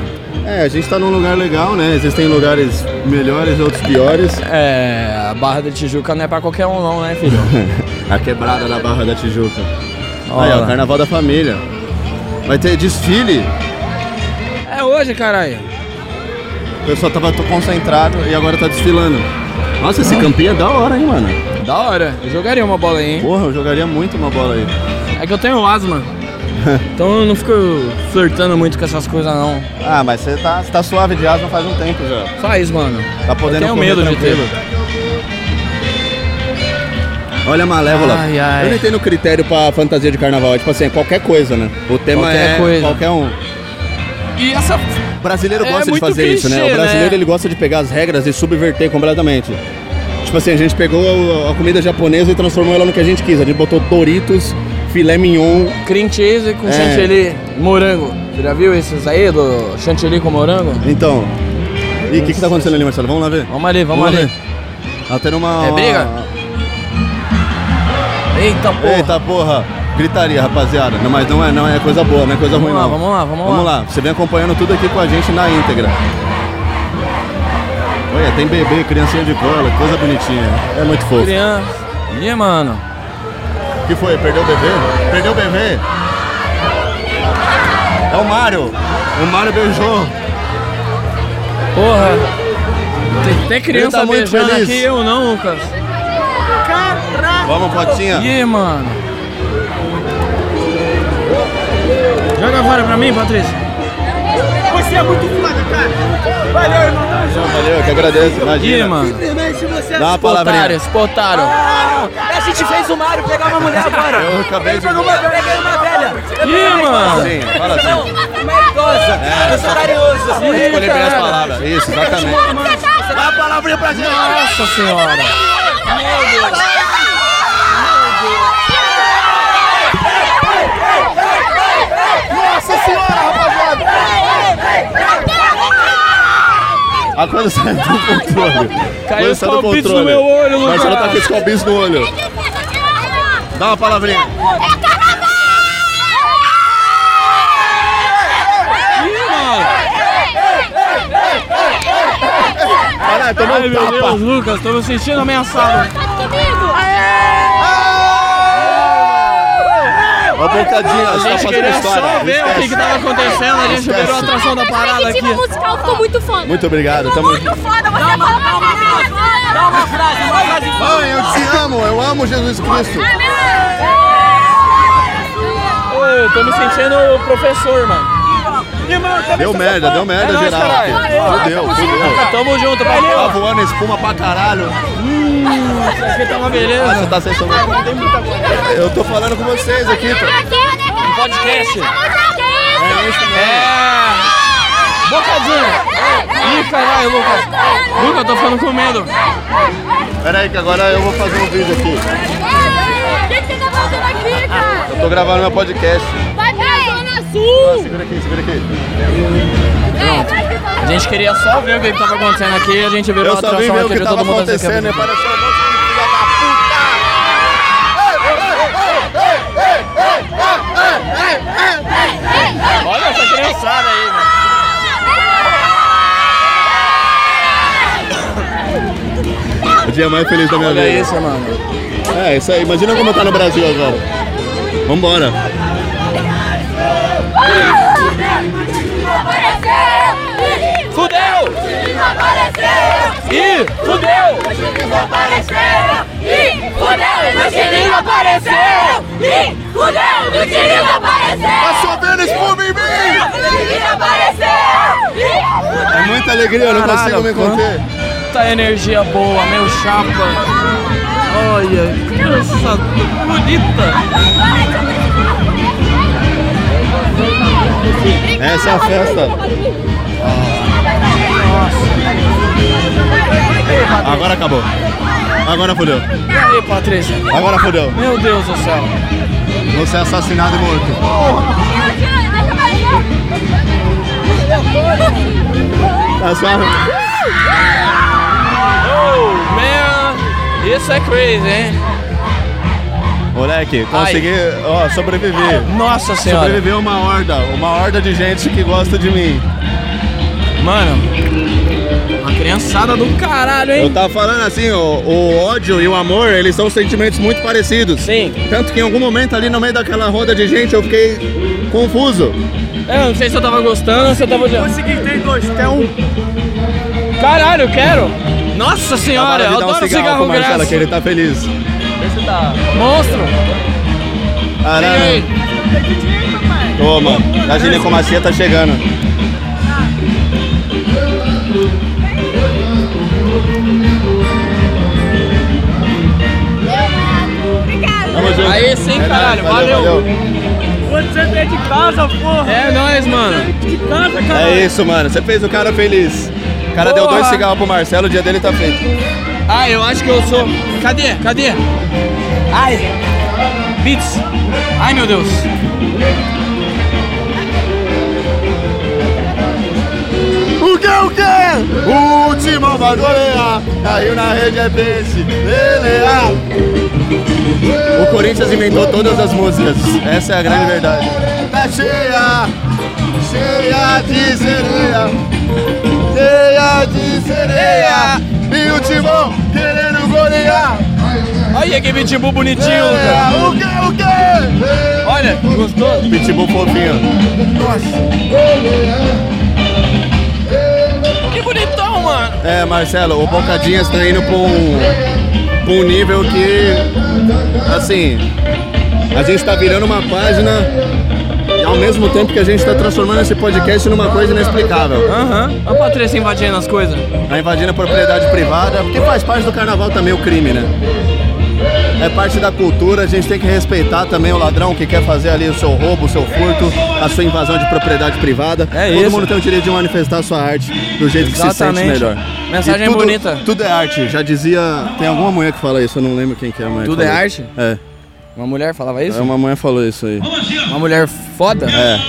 Speaker 1: É, a gente tá num lugar legal, né? Existem lugares melhores e outros piores.
Speaker 2: É, a Barra da Tijuca não é pra qualquer um não, né, filho?
Speaker 1: a quebrada da Barra da Tijuca. Aí,
Speaker 2: Olha.
Speaker 1: ó, Carnaval da Família. Vai ter desfile.
Speaker 2: É hoje, caralho.
Speaker 1: O pessoal tava tão concentrado e agora tá desfilando. Nossa, esse campinho é da hora, hein, mano?
Speaker 2: Da hora. Eu jogaria uma bola aí, hein?
Speaker 1: Porra, eu jogaria muito uma bola aí.
Speaker 2: É que eu tenho asma. então eu não fico flirtando muito com essas coisas, não.
Speaker 1: Ah, mas você tá, você tá suave de asma faz um tempo já.
Speaker 2: Só isso, mano.
Speaker 1: Tá podendo
Speaker 2: eu tenho
Speaker 1: correr
Speaker 2: medo
Speaker 1: tranquilo.
Speaker 2: de ter.
Speaker 1: Olha a malévola.
Speaker 2: Ai, ai.
Speaker 1: Eu não entendo o critério pra fantasia de carnaval. É tipo assim, é qualquer coisa, né? O tema
Speaker 2: Qualquer
Speaker 1: é
Speaker 2: coisa.
Speaker 1: qualquer um.
Speaker 2: E essa...
Speaker 1: O brasileiro
Speaker 2: É
Speaker 1: gosta de
Speaker 2: muito
Speaker 1: fazer isso, né?
Speaker 2: clichê,
Speaker 1: O brasileiro
Speaker 2: né?
Speaker 1: ele gosta de pegar as regras e subverter completamente. Tipo assim, a gente pegou a- a comida japonesa e transformou ela no que a gente quis. A gente botou Doritos, filé mignon.
Speaker 2: Cream cheese com
Speaker 1: É.
Speaker 2: chantilly, morango. Você já viu esses aí do chantilly com morango?
Speaker 1: Então. E o que, que tá acontecendo ali, Marcelo? Vamos lá ver.
Speaker 2: Vamos ali, vamos, ali.
Speaker 1: Tá tendo uma.
Speaker 2: É briga?
Speaker 1: uma-
Speaker 2: Eita porra.
Speaker 1: Eita porra! Gritaria, rapaziada. Não, mas não é, não é coisa boa, não é coisa
Speaker 2: Vamos
Speaker 1: ruim,
Speaker 2: lá,
Speaker 1: não.
Speaker 2: vamos lá, vamos lá.
Speaker 1: Vamos lá, você vem acompanhando tudo aqui com a gente na íntegra. Olha, tem bebê, criancinha de cola, coisa bonitinha. É muito fofo.
Speaker 2: Criança. Ih, mano.
Speaker 1: O que foi? Perdeu o bebê? Perdeu o bebê? É o Mário! O Mário beijou!
Speaker 2: Porra. Tem, tem criança
Speaker 1: Ele tá muito
Speaker 2: beijando
Speaker 1: feliz.
Speaker 2: aqui, eu não, Lucas.
Speaker 1: Vamos, Potinha!
Speaker 2: Ih, mano. Joga fora pra mim, Patrícia.
Speaker 13: Você é muito foda, cara. Valeu, irmão. Tamo junto.
Speaker 1: Valeu, eu que agradeço, imagina.
Speaker 2: Ih, mano.
Speaker 13: Simplesmente você
Speaker 1: Dá uma palavrinha. Ah,
Speaker 2: Exportaram,
Speaker 13: A gente fez o Mário pegar uma mulher agora.
Speaker 1: Eu acabei de...
Speaker 13: Eu peguei uma velha.
Speaker 2: Ih,
Speaker 1: Fala
Speaker 2: mano.
Speaker 1: assim, fala assim.
Speaker 13: Uma idosa.
Speaker 1: É,
Speaker 13: Desorarioso.
Speaker 1: tem que
Speaker 2: Ih,
Speaker 1: escolher bem as
Speaker 2: caralho.
Speaker 1: palavras. Isso,
Speaker 2: tá
Speaker 1: exatamente.
Speaker 13: Dá uma palavrinha pra gente.
Speaker 2: Nossa senhora.
Speaker 14: Nossa senhora, rapaziada!
Speaker 1: A coisa sai do controle. Coisa
Speaker 2: Caiu Tá os
Speaker 1: sai do
Speaker 2: palpites
Speaker 1: controle.
Speaker 2: no meu olho, Lucas.
Speaker 1: Marcelo tá com esse palpite no olho. Dá uma palavrinha.
Speaker 2: Ih, mano.
Speaker 1: Caralho, tomou
Speaker 2: Ai,
Speaker 1: um
Speaker 2: meu
Speaker 1: tapa. Tá
Speaker 2: Deus, Lucas, tô me sentindo ameaçado.
Speaker 1: Uma pancadinha,
Speaker 2: A
Speaker 1: você tá
Speaker 2: gente
Speaker 1: fazendo
Speaker 2: queria
Speaker 1: história.
Speaker 2: só ver o que, que
Speaker 1: Esquece.
Speaker 2: tava acontecendo, a gente
Speaker 1: Esquece.
Speaker 2: virou a atração da parada aqui.
Speaker 5: A musical ficou muito foda.
Speaker 1: Muito obrigado,
Speaker 5: Ficou
Speaker 1: tamo
Speaker 5: muito foda, você é bom pra caralho.
Speaker 1: Mãe, eu te amo, eu amo Jesus Cristo.
Speaker 2: Ô, tô me sentindo o professor, mano.
Speaker 1: Deu merda, deu merda
Speaker 2: É nóis,
Speaker 1: geral.
Speaker 2: caralho.
Speaker 1: Fudeu, fudeu.
Speaker 2: Tamo junto,
Speaker 1: Tá
Speaker 2: valeu.
Speaker 1: voando espuma pra caralho.
Speaker 2: Isso aqui tá uma
Speaker 1: Ah, você
Speaker 2: beleza.
Speaker 1: tá sem som. Eu tô falando com vocês aqui. pô.
Speaker 2: Podcast.
Speaker 1: É isso mesmo.
Speaker 2: É. Bocadinho. Ih, caralho, Lucas. Lucas, eu tô ficando com medo.
Speaker 1: Pera aí que agora eu vou fazer um vídeo aqui. Eu tô gravando meu podcast. Ah, Segura aqui, segura aqui.
Speaker 2: A gente queria só ver o que, que tava acontecendo aqui, a gente virou
Speaker 1: Eu
Speaker 2: a
Speaker 1: só
Speaker 2: atração
Speaker 1: vim ver o
Speaker 2: aqui,
Speaker 1: que
Speaker 2: virou
Speaker 1: tava
Speaker 2: todo mundo assim.
Speaker 1: acontecendo e pareceu um monte de filha da
Speaker 2: Olha essa criançada aí, mano.
Speaker 1: O dia mais feliz da minha
Speaker 2: Olha
Speaker 1: vida.
Speaker 2: isso, mano.
Speaker 1: É, isso aí. Imagina como tá no Brasil agora. Vambora.
Speaker 2: Fudeu! E
Speaker 15: fudeu! Os filhos apareceram! E fudeu! Meus filhos apareceram! E fudeu! Meus filhos apareceram!
Speaker 1: Tá chovendo espuma em mim!
Speaker 15: apareceram!
Speaker 1: É muita alegria, eu não consigo me conter.
Speaker 2: Tá energia boa, meu chapa. Olha, que criança bonita.
Speaker 1: Essa é a festa. Nossa. Agora acabou. Agora fodeu.
Speaker 2: E aí, Patrícia?
Speaker 1: Agora fodeu.
Speaker 2: Meu Deus do céu.
Speaker 1: Você é assassinado e morto. Tá suave?
Speaker 2: Oh, man. Isso é crazy, hein?
Speaker 1: Moleque, consegui ó, sobreviver.
Speaker 2: Nossa senhora.
Speaker 1: Sobreviveu uma horda, uma horda de gente que gosta de mim.
Speaker 2: Mano, uma criançada do caralho, hein?
Speaker 1: Eu tava falando assim, ó, o ódio e o amor, eles são sentimentos muito parecidos.
Speaker 2: Sim.
Speaker 1: Tanto que em algum momento ali no meio daquela roda de gente eu fiquei confuso.
Speaker 2: É, Eu não sei se eu tava gostando, se eu tava...
Speaker 16: Consegui, tem dois, tem um.
Speaker 2: Caralho, eu quero. Nossa senhora, eu adoro um cigarro, cigarro
Speaker 1: Marcelo,
Speaker 2: graça.
Speaker 1: que ele tá feliz.
Speaker 2: Esse tá. Monstro!
Speaker 1: Caralho. Toma, a ginecomacia tá chegando. Tamo junto.
Speaker 2: Aí sim, é caralho,
Speaker 1: nóis,
Speaker 2: valeu. valeu.
Speaker 16: Você veio de casa, porra!
Speaker 2: É nóis, mano!
Speaker 16: De casa, cara!
Speaker 1: É isso, mano, você fez o cara feliz. O cara porra. deu dois cigarros pro Marcelo, o dia dele tá feito.
Speaker 2: Ah, eu acho que eu sou. Cadê? Cadê? Ai! Beats! Ai meu Deus!
Speaker 1: O que o que? O último vai golear, caiu na rede é peixe, pelear. é. O Corinthians inventou todas as músicas, essa é a grande verdade. Tá cheia, cheia de sereia, cheia de sereia. E o Timão querendo golear. É
Speaker 2: Olha que pitbull bonitinho, cara.
Speaker 1: O que, o que?
Speaker 2: Olha, gostoso.
Speaker 1: Pitbull fofinho.
Speaker 2: Nossa. Que bonitão, mano!
Speaker 1: É, Marcelo, o Bocadinhas tá indo pra um, pra um nível que. Assim. A gente tá virando uma página. E ao mesmo tempo que a gente tá transformando esse podcast numa coisa inexplicável.
Speaker 2: Aham. Uhum. A Patrícia invadindo as coisas.
Speaker 1: Tá invadindo a propriedade privada, porque faz parte do carnaval também o crime, né? É parte da cultura, a gente tem que respeitar também o ladrão que quer fazer ali o seu roubo, o seu furto, a sua invasão de propriedade privada.
Speaker 2: É
Speaker 1: Todo
Speaker 2: isso.
Speaker 1: mundo tem o direito de manifestar a sua arte do jeito
Speaker 2: Exatamente.
Speaker 1: que se sente melhor.
Speaker 2: Mensagem
Speaker 1: E tudo,
Speaker 2: bonita.
Speaker 1: Tudo é arte. Já dizia. Tem alguma mulher que fala isso, eu não lembro quem que é a mulher.
Speaker 2: Tudo
Speaker 1: que
Speaker 2: é
Speaker 1: falou
Speaker 2: arte?
Speaker 1: isso. É.
Speaker 2: Uma mulher falava isso?
Speaker 1: É, Uma mulher falou isso aí.
Speaker 2: É Uma mulher foda?
Speaker 1: É.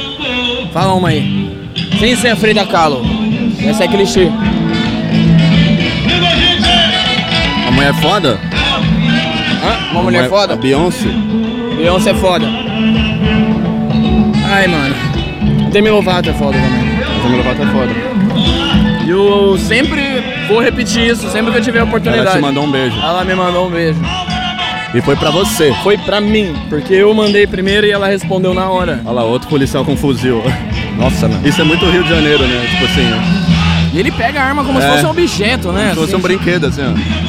Speaker 2: Fala uma aí. Sem ser a Frida Kahlo. Essa é clichê.
Speaker 1: Uma mulher é foda?
Speaker 2: Hã? Uma mulher
Speaker 1: A
Speaker 2: é foda?
Speaker 1: Beyoncé?
Speaker 2: Beyoncé é foda. Ai, mano. Demi Lovato é foda também.
Speaker 1: Demi Lovato é foda.
Speaker 2: E eu sempre vou repetir isso, sempre que eu tiver a oportunidade.
Speaker 1: Ela te mandou um beijo.
Speaker 2: Ela me mandou um beijo.
Speaker 1: E foi pra você.
Speaker 2: Foi pra mim, porque eu mandei primeiro e ela respondeu na hora.
Speaker 1: Olha lá, outro policial com fuzil.
Speaker 2: Nossa, mano.
Speaker 1: Isso é muito Rio de Janeiro, né? Tipo assim.
Speaker 2: E ele pega a arma como se
Speaker 1: É.
Speaker 2: fosse um objeto, né?
Speaker 1: Como se fosse
Speaker 2: Assim,
Speaker 1: um brinquedo, assim, ó.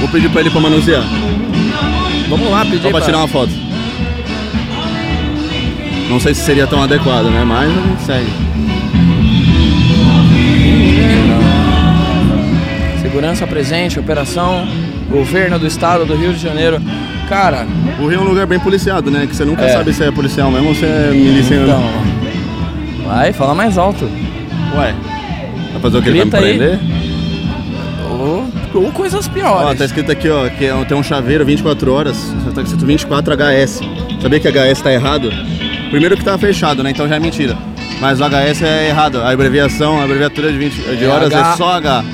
Speaker 1: Vou pedir pra ele pra manusear.
Speaker 2: Vamos lá, pedir
Speaker 1: Só pra tirar uma foto. Não sei se seria tão adequado, né? Mas a gente segue.
Speaker 2: Segurança presente, operação, governo do estado do Rio de Janeiro. Cara,
Speaker 1: O Rio é um lugar bem policiado, né? Que você nunca
Speaker 2: É.
Speaker 1: sabe se é policial mesmo ou se é milícia
Speaker 2: então.
Speaker 1: mesmo.
Speaker 2: Vai, fala mais alto.
Speaker 1: Ué. Vai fazer o que ele
Speaker 2: Grita
Speaker 1: vai me
Speaker 2: aí.
Speaker 1: prender?
Speaker 2: Ou, ou coisas
Speaker 1: Ó,
Speaker 2: piores.
Speaker 1: tá escrito aqui, ó, que é- tem um chaveiro 24 horas, só tá escrito 24 HS. Sabia que HS tá errado? Primeiro que tá fechado, né? Então já é mentira. Mas o HS é errado. A abreviação, a abreviatura de, 20 de
Speaker 2: É
Speaker 1: horas
Speaker 2: H.
Speaker 1: é só H.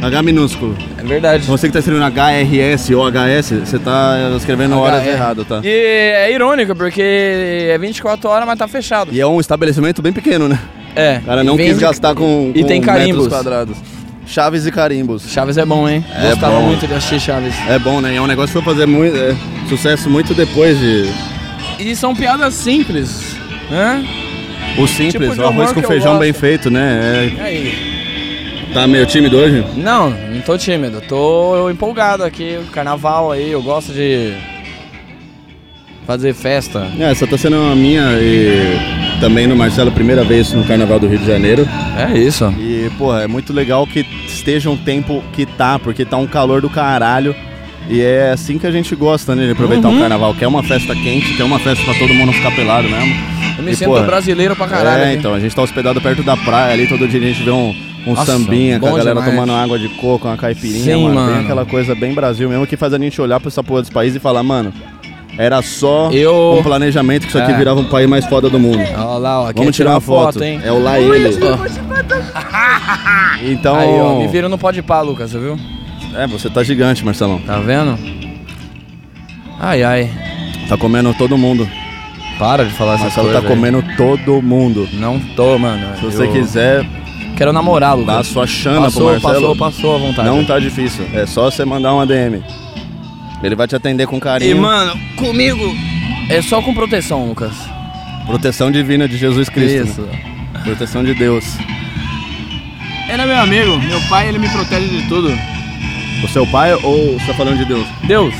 Speaker 1: H minúsculo.
Speaker 2: É verdade.
Speaker 1: Você que tá escrevendo HRS ou HS, você tá escrevendo horas errado, tá?
Speaker 2: E é irônico, porque é 24 horas, mas tá fechado.
Speaker 1: E é um estabelecimento bem pequeno, né?
Speaker 2: É.
Speaker 1: O cara não
Speaker 2: e vende-
Speaker 1: quis gastar com,
Speaker 2: E
Speaker 1: com
Speaker 2: tem carimbos.
Speaker 1: metros quadrados. Chaves e carimbos.
Speaker 2: Chaves é bom, hein?
Speaker 1: É
Speaker 2: Gostava
Speaker 1: bom.
Speaker 2: muito de assistir Chaves.
Speaker 1: É bom, né? É um negócio que foi fazer muito, é, sucesso muito depois de...
Speaker 2: E são piadas simples, né?
Speaker 1: O simples,
Speaker 2: Tipo de
Speaker 1: o arroz
Speaker 2: humor
Speaker 1: com
Speaker 2: que eu
Speaker 1: feijão
Speaker 2: gosto.
Speaker 1: bem feito, né?
Speaker 2: Aí.
Speaker 1: É, Tá meio tímido hoje?
Speaker 2: Não, não tô tímido. Tô empolgado aqui, o carnaval aí, eu gosto de fazer festa.
Speaker 1: É, essa tá sendo a minha e também no Marcelo, primeira vez no Carnaval do Rio de Janeiro.
Speaker 2: É isso.
Speaker 1: E, pô, é muito legal que esteja um tempo que tá, porque tá um calor do caralho. E é assim que a gente gosta, né, de aproveitar uhum. o carnaval, que é uma festa quente, que é uma festa pra todo mundo ficar pelado mesmo.
Speaker 2: Eu me e, sinto porra, brasileiro pra caralho.
Speaker 1: É, aqui. então, a gente tá hospedado perto da praia ali, todo dia a gente vê um, um Nossa, sambinha com a galera demais. tomando água de coco, uma caipirinha, Sim, mano. mano. Bem aquela coisa bem Brasil mesmo, que faz a gente olhar pra essa porra desse país e falar, mano, era só
Speaker 2: eu...
Speaker 1: um planejamento que isso aqui é. virava um país mais foda do mundo.
Speaker 2: Olha lá, ó,
Speaker 1: Vamos tirar uma foto. foto. hein? É o lá ele.
Speaker 2: Oh. então. Aí, ó, me viram no pode pá, Lucas, você viu?
Speaker 1: É, você tá gigante, Marcelão.
Speaker 2: Tá vendo? Ai, ai.
Speaker 1: Tá comendo todo mundo.
Speaker 2: Para de falar essas coisas.
Speaker 1: Marcelo tá comendo
Speaker 2: aí.
Speaker 1: todo mundo.
Speaker 2: Não tô, mano.
Speaker 1: Se você eu... quiser.
Speaker 2: Quero namorar, Lucas.
Speaker 1: Dá a sua chana
Speaker 2: passou,
Speaker 1: pro Marcelo.
Speaker 2: Passou, passou à vontade.
Speaker 1: Não tá difícil. É só você mandar uma DM. Ele vai te atender com carinho.
Speaker 2: E, mano, comigo é só com proteção, Lucas.
Speaker 1: Proteção divina de Jesus Cristo.
Speaker 2: Isso.
Speaker 1: Né? Proteção de Deus.
Speaker 15: Ele é meu amigo. Meu pai, ele me protege de tudo.
Speaker 1: O seu pai ou você tá falando de Deus?
Speaker 2: Deus.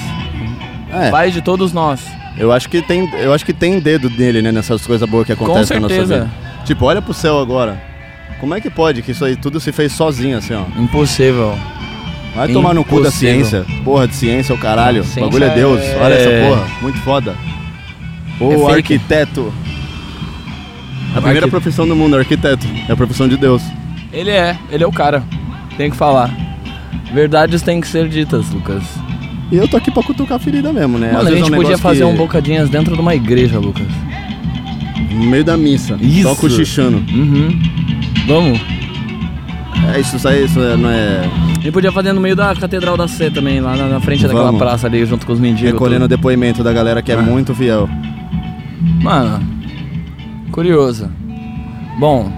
Speaker 2: É. Pai de todos nós.
Speaker 1: Eu acho que tem, eu acho que tem dedo dele, né, nessas coisas boas que acontecem
Speaker 2: na
Speaker 1: nossa vida. Tipo, olha pro céu agora. Como é que pode que isso aí tudo se fez sozinho assim, ó?
Speaker 2: Impossível.
Speaker 1: Vai tomar no cu da ciência. Porra de ciência, o oh caralho. Ciência bagulho é Deus. É... Olha essa porra. Muito foda. O é arquiteto. A primeira Arquite... profissão do mundo, arquiteto. É a profissão de Deus.
Speaker 2: Ele é. Ele é o cara. Tem que falar. Verdades têm que ser ditas, Lucas.
Speaker 1: E eu tô aqui pra cutucar a ferida mesmo, né?
Speaker 2: Mano, Às
Speaker 1: a
Speaker 2: gente
Speaker 1: é um
Speaker 2: podia fazer
Speaker 1: que...
Speaker 2: um bocadinhas dentro de uma igreja, Lucas.
Speaker 1: No meio da missa.
Speaker 2: Isso.
Speaker 1: Só cochichando.
Speaker 2: Uhum. Vamos.
Speaker 1: É, isso, isso aí, isso não é...
Speaker 2: Ele podia fazer no meio da Catedral da Sé também, lá na, na frente Vamos. daquela praça ali, junto com os mendigos.
Speaker 1: Recolhendo o depoimento da galera que é ah. muito fiel.
Speaker 2: Mano, curioso. Bom.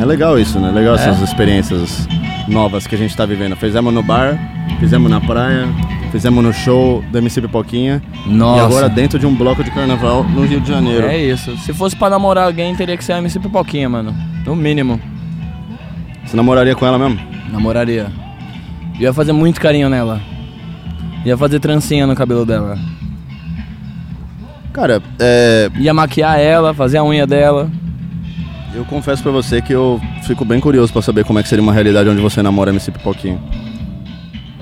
Speaker 1: É legal isso, né? Legal é? essas experiências novas que a gente tá vivendo. Fizemos no bar, fizemos na praia, fizemos no show da MC Pipoquinha.
Speaker 2: Nossa.
Speaker 1: E agora dentro de um bloco de carnaval no Rio de Janeiro.
Speaker 2: É isso. Se fosse pra namorar alguém, teria que ser a MC Pipoquinha, mano. No mínimo.
Speaker 1: Você namoraria com ela mesmo?
Speaker 2: Namoraria. Eu ia fazer muito carinho nela. Ia fazer trancinha no cabelo dela.
Speaker 1: Cara, é.
Speaker 2: Ia maquiar ela, fazer a unha dela.
Speaker 1: Eu confesso para você que eu fico bem curioso para saber como é que seria uma realidade onde você namora MC Pipoquinho.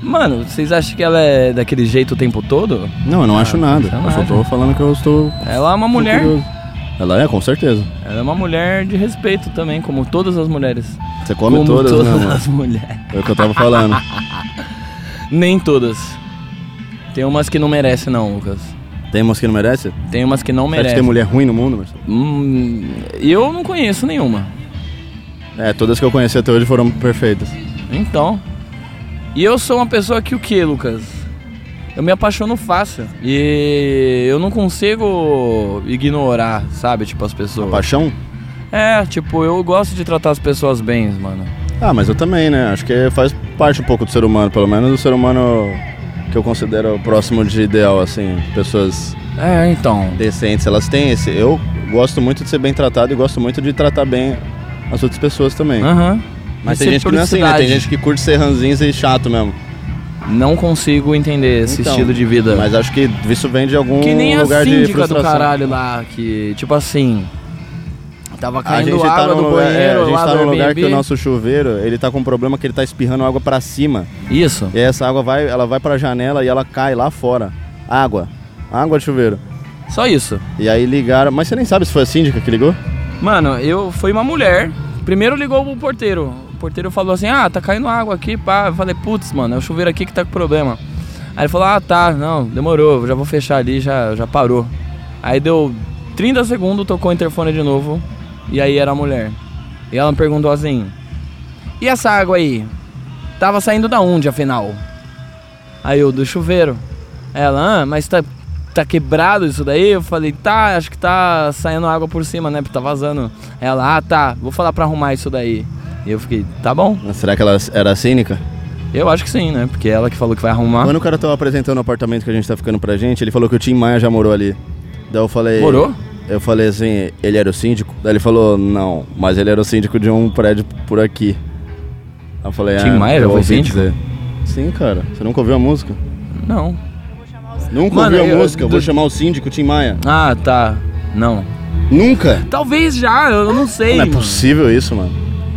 Speaker 2: Mano, vocês acham que ela é daquele jeito o tempo todo?
Speaker 1: Não, eu não ah, acho nada. Eu só tô falando que eu estou.
Speaker 2: Ela é uma mulher. Curioso.
Speaker 1: Ela é, com certeza.
Speaker 2: Ela é uma mulher de respeito também, como todas as mulheres.
Speaker 1: Você come
Speaker 2: como
Speaker 1: todas,
Speaker 2: todas
Speaker 1: né,
Speaker 2: as mulheres.
Speaker 1: É o que eu tava falando.
Speaker 2: Nem todas. Tem umas que não merecem, não, Lucas.
Speaker 1: Tem umas que não merecem?
Speaker 2: Tem umas que não merecem. Acho
Speaker 1: que tem mulher ruim no mundo, Marcelo?
Speaker 2: Hum, eu não conheço nenhuma.
Speaker 1: É, todas que eu conheci até hoje foram perfeitas.
Speaker 2: Então. E eu sou uma pessoa que o que, Lucas? Eu me apaixono fácil. E eu não consigo ignorar, sabe? Tipo, as pessoas. A
Speaker 1: paixão?
Speaker 2: É, tipo, eu gosto de tratar as pessoas bem, mano.
Speaker 1: Ah, mas eu também, né? Acho que faz parte um pouco do ser humano, pelo menos do ser humano que eu considero próximo de ideal, assim. Pessoas.
Speaker 2: É, então.
Speaker 1: Decentes, elas têm esse. Eu gosto muito de ser bem tratado e gosto muito de tratar bem as outras pessoas também.
Speaker 2: Aham. Uhum.
Speaker 1: Mas tem gente que não é assim, né? Tem gente que curte ser ranzinza e chato mesmo.
Speaker 2: Não consigo entender esse então, estilo de vida.
Speaker 1: Mas acho que isso vem de algum
Speaker 2: que nem
Speaker 1: Um lugar
Speaker 2: a síndica
Speaker 1: de
Speaker 2: do caralho lá, que, tipo assim. Tava caindo a água tá do lugar, banheiro, é,
Speaker 1: A gente
Speaker 2: lá
Speaker 1: tá num lugar
Speaker 2: Airbnb.
Speaker 1: que o nosso chuveiro, ele tá com um problema que ele tá espirrando água para cima.
Speaker 2: Isso.
Speaker 1: E essa água vai, ela vai pra janela e ela cai lá fora. Água. Água de chuveiro.
Speaker 2: Só isso.
Speaker 1: E aí ligaram, mas você nem sabe se foi a síndica que ligou?
Speaker 2: Mano, eu foi uma mulher. Primeiro ligou o porteiro. O porteiro falou assim: "Ah, tá caindo água aqui, pá". Eu falei: "Putz, mano, é o chuveiro aqui que tá com problema". Aí ele falou: "Ah, tá, não, demorou, já vou fechar ali, já já parou". Aí deu 30 segundos, tocou o interfone de novo. E aí era a mulher. E ela me perguntou assim: E essa água aí? Tava saindo da onde afinal? Aí eu, do chuveiro. Ela, ah, mas tá, tá quebrado isso daí? Eu falei: Tá, acho que tá saindo água por cima, né? Tá vazando. Ela, ah, tá, vou falar pra arrumar isso daí. E eu fiquei: Tá bom.
Speaker 1: Mas será que ela era cínica?
Speaker 2: Eu acho que sim, né? Porque ela que falou que vai arrumar.
Speaker 1: Quando o cara tava apresentando o apartamento que a gente tá ficando pra gente, ele falou que o Tim Maia já morou ali. Daí eu falei.
Speaker 2: Morou?
Speaker 1: Eu falei assim, ele era o síndico? Daí ele falou, não, mas ele era o síndico de um prédio por aqui. eu falei,
Speaker 2: Tim
Speaker 1: ah,
Speaker 2: Maia
Speaker 1: eu
Speaker 2: já foi
Speaker 1: ouvi
Speaker 2: síndico?
Speaker 1: dizer. Sim, cara. Você nunca ouviu a música?
Speaker 2: Não.
Speaker 1: Nunca
Speaker 2: Mano,
Speaker 1: ouviu a
Speaker 2: eu-
Speaker 1: música? Eu Vou
Speaker 2: do-
Speaker 1: chamar o síndico Tim Maia.
Speaker 2: Ah, tá. Não.
Speaker 1: Nunca?
Speaker 2: Talvez já, eu não sei.
Speaker 1: Não é
Speaker 2: mano.
Speaker 1: possível isso, mano.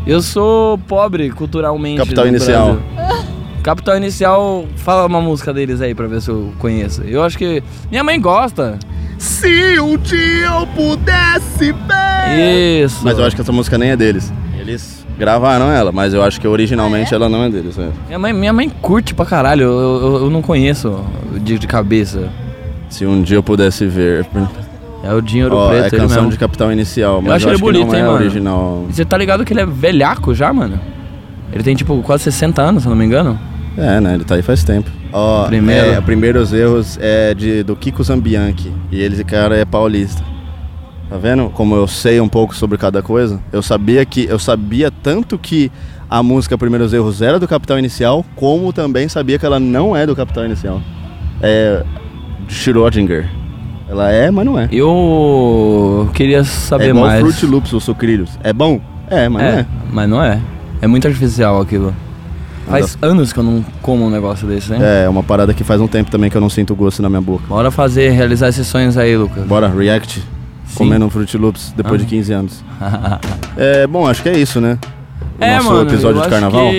Speaker 2: Eu sou pobre culturalmente.
Speaker 1: Capital
Speaker 2: no
Speaker 1: Inicial.
Speaker 2: Brasil. Capital Inicial, fala uma música deles aí pra ver se eu conheço. Eu acho que. Minha mãe gosta.
Speaker 17: Se um dia eu pudesse ver.
Speaker 2: Isso.
Speaker 1: É. Mas eu acho que essa música nem é deles. Eles gravaram ela, mas eu acho que originalmente ela não é deles. né?
Speaker 2: Minha mãe, minha mãe curte pra caralho. Eu, eu, eu não conheço de, de cabeça.
Speaker 1: Se um dia eu pudesse ver.
Speaker 2: É o Dinho Ouro
Speaker 1: Ó,
Speaker 2: Preto,
Speaker 1: é
Speaker 2: ele
Speaker 1: canção
Speaker 2: mesmo.
Speaker 1: de Capital Inicial, mas eu acho,
Speaker 2: acho ele
Speaker 1: que
Speaker 2: bonito,
Speaker 1: não é
Speaker 2: hein, mano?
Speaker 1: original.
Speaker 2: E Você tá ligado que ele é velhaco já, mano? Ele tem tipo quase 60 anos, se eu não me engano.
Speaker 1: É, né? Ele tá aí faz tempo. Ó,
Speaker 2: Primeiro.
Speaker 1: é, primeiros erros é de, do Kiko Zambianchi. E ele, cara, é paulista. Tá vendo como eu sei um pouco sobre cada coisa? Eu sabia que. Eu sabia tanto que a música Primeiros Erros era do Capital Inicial, como também sabia que ela não é do Capital Inicial. É. de Schrödinger. Ela é, mas não é.
Speaker 2: Eu queria
Speaker 1: é
Speaker 2: saber
Speaker 1: igual
Speaker 2: mais.
Speaker 1: Fruit Loops ou Sucrilhos. É bom? É, mas não
Speaker 2: é,
Speaker 1: é.
Speaker 2: mas não é. É muito artificial aquilo. Faz anos que eu não como um negócio desse, né?
Speaker 1: É, é uma parada que faz um tempo também que eu não sinto gosto na minha boca.
Speaker 2: Bora fazer, realizar esses sonhos aí, Lucas.
Speaker 1: Bora, react. Comendo um Fruit Loops depois
Speaker 2: Ah.
Speaker 1: de 15 anos. É, bom, acho que é isso, né? O
Speaker 2: É,
Speaker 1: nosso
Speaker 2: mano,
Speaker 1: episódio
Speaker 2: eu
Speaker 1: de
Speaker 2: acho
Speaker 1: carnaval.
Speaker 2: que-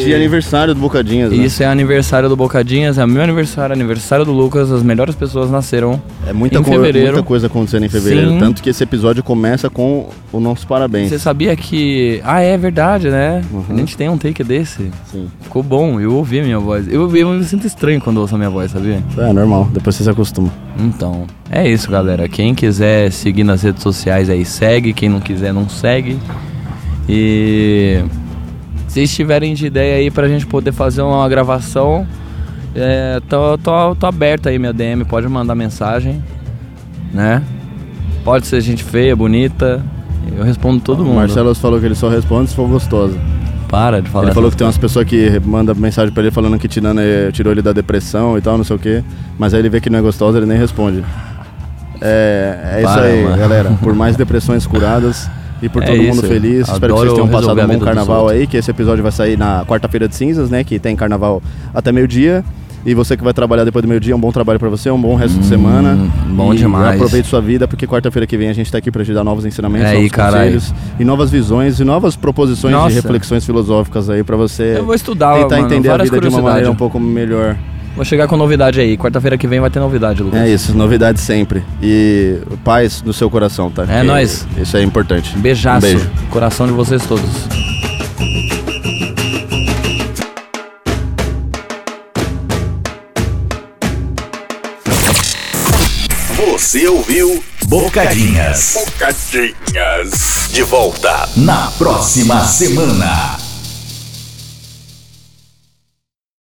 Speaker 1: E de aniversário do Bocadinhas, né?
Speaker 2: Isso é aniversário do Bocadinhas, é meu aniversário, aniversário do Lucas, as melhores pessoas nasceram.
Speaker 1: É muita,
Speaker 2: em
Speaker 1: co-
Speaker 2: fevereiro.
Speaker 1: muita coisa acontecendo em fevereiro.
Speaker 2: Sim.
Speaker 1: Tanto que esse episódio começa com o nosso parabéns.
Speaker 2: Você sabia que. Ah, é verdade, né?
Speaker 1: Uhum.
Speaker 2: A gente tem um take desse.
Speaker 1: Sim.
Speaker 2: Ficou bom, eu ouvi a minha voz. Eu, eu me sinto estranho quando ouço a minha voz, sabia?
Speaker 1: É normal, depois você se acostuma.
Speaker 2: Então, é isso, galera. Quem quiser seguir nas redes sociais aí, segue. Quem não quiser, não segue. E. Se vocês tiverem de ideia aí pra gente poder fazer uma gravação, é, tô, tô, tô aberto aí, meu DM. Pode mandar mensagem, né? Pode ser gente feia, bonita. Eu respondo todo
Speaker 1: O
Speaker 2: mundo.
Speaker 1: Marcelo falou que ele só responde se for gostosa.
Speaker 2: Para de falar.
Speaker 1: ele falou
Speaker 2: essas
Speaker 1: que tem umas pessoas que mandam mensagem pra ele falando que tirando, eh, tirou ele da depressão e tal, não sei o quê. Mas aí ele vê que não é gostosa, ele nem responde. É, é isso
Speaker 2: Para,
Speaker 1: aí,
Speaker 2: mano.
Speaker 1: galera. Por mais depressões curadas e por
Speaker 2: É
Speaker 1: todo mundo
Speaker 2: isso.
Speaker 1: feliz. Espero que vocês
Speaker 2: Adoro
Speaker 1: tenham
Speaker 2: resolver
Speaker 1: passado
Speaker 2: a
Speaker 1: um bom
Speaker 2: vida dos
Speaker 1: carnaval
Speaker 2: outros.
Speaker 1: aí, que esse episódio vai sair na quarta-feira de cinzas, né? Que tem carnaval até meio-dia. E você que vai trabalhar depois do meio-dia, um bom trabalho pra você, um bom resto de semana.
Speaker 2: Hum, bom
Speaker 1: E
Speaker 2: demais.
Speaker 1: Aproveite sua vida, porque quarta-feira que vem a gente tá aqui pra te dar novos ensinamentos,
Speaker 2: É aí,
Speaker 1: novos
Speaker 2: caralho.
Speaker 1: conselhos e novas visões e novas proposições de
Speaker 2: Nossa.
Speaker 1: reflexões filosóficas aí pra você
Speaker 2: Eu vou estudar,
Speaker 1: tentar
Speaker 2: mano,
Speaker 1: entender a
Speaker 2: várias
Speaker 1: vida de uma
Speaker 2: curiosidades.
Speaker 1: maneira um pouco melhor.
Speaker 2: Vou chegar com novidade aí. Quarta-feira que vem vai ter novidade, Lucas.
Speaker 1: É isso, novidade sempre. E paz no seu coração, tá? Porque
Speaker 2: nóis.
Speaker 1: Isso é importante.
Speaker 2: Beijaço.
Speaker 1: Um beijo.
Speaker 2: Coração de vocês todos.
Speaker 3: Você ouviu Bocadinhas. Bocadinhas. De volta na próxima semana.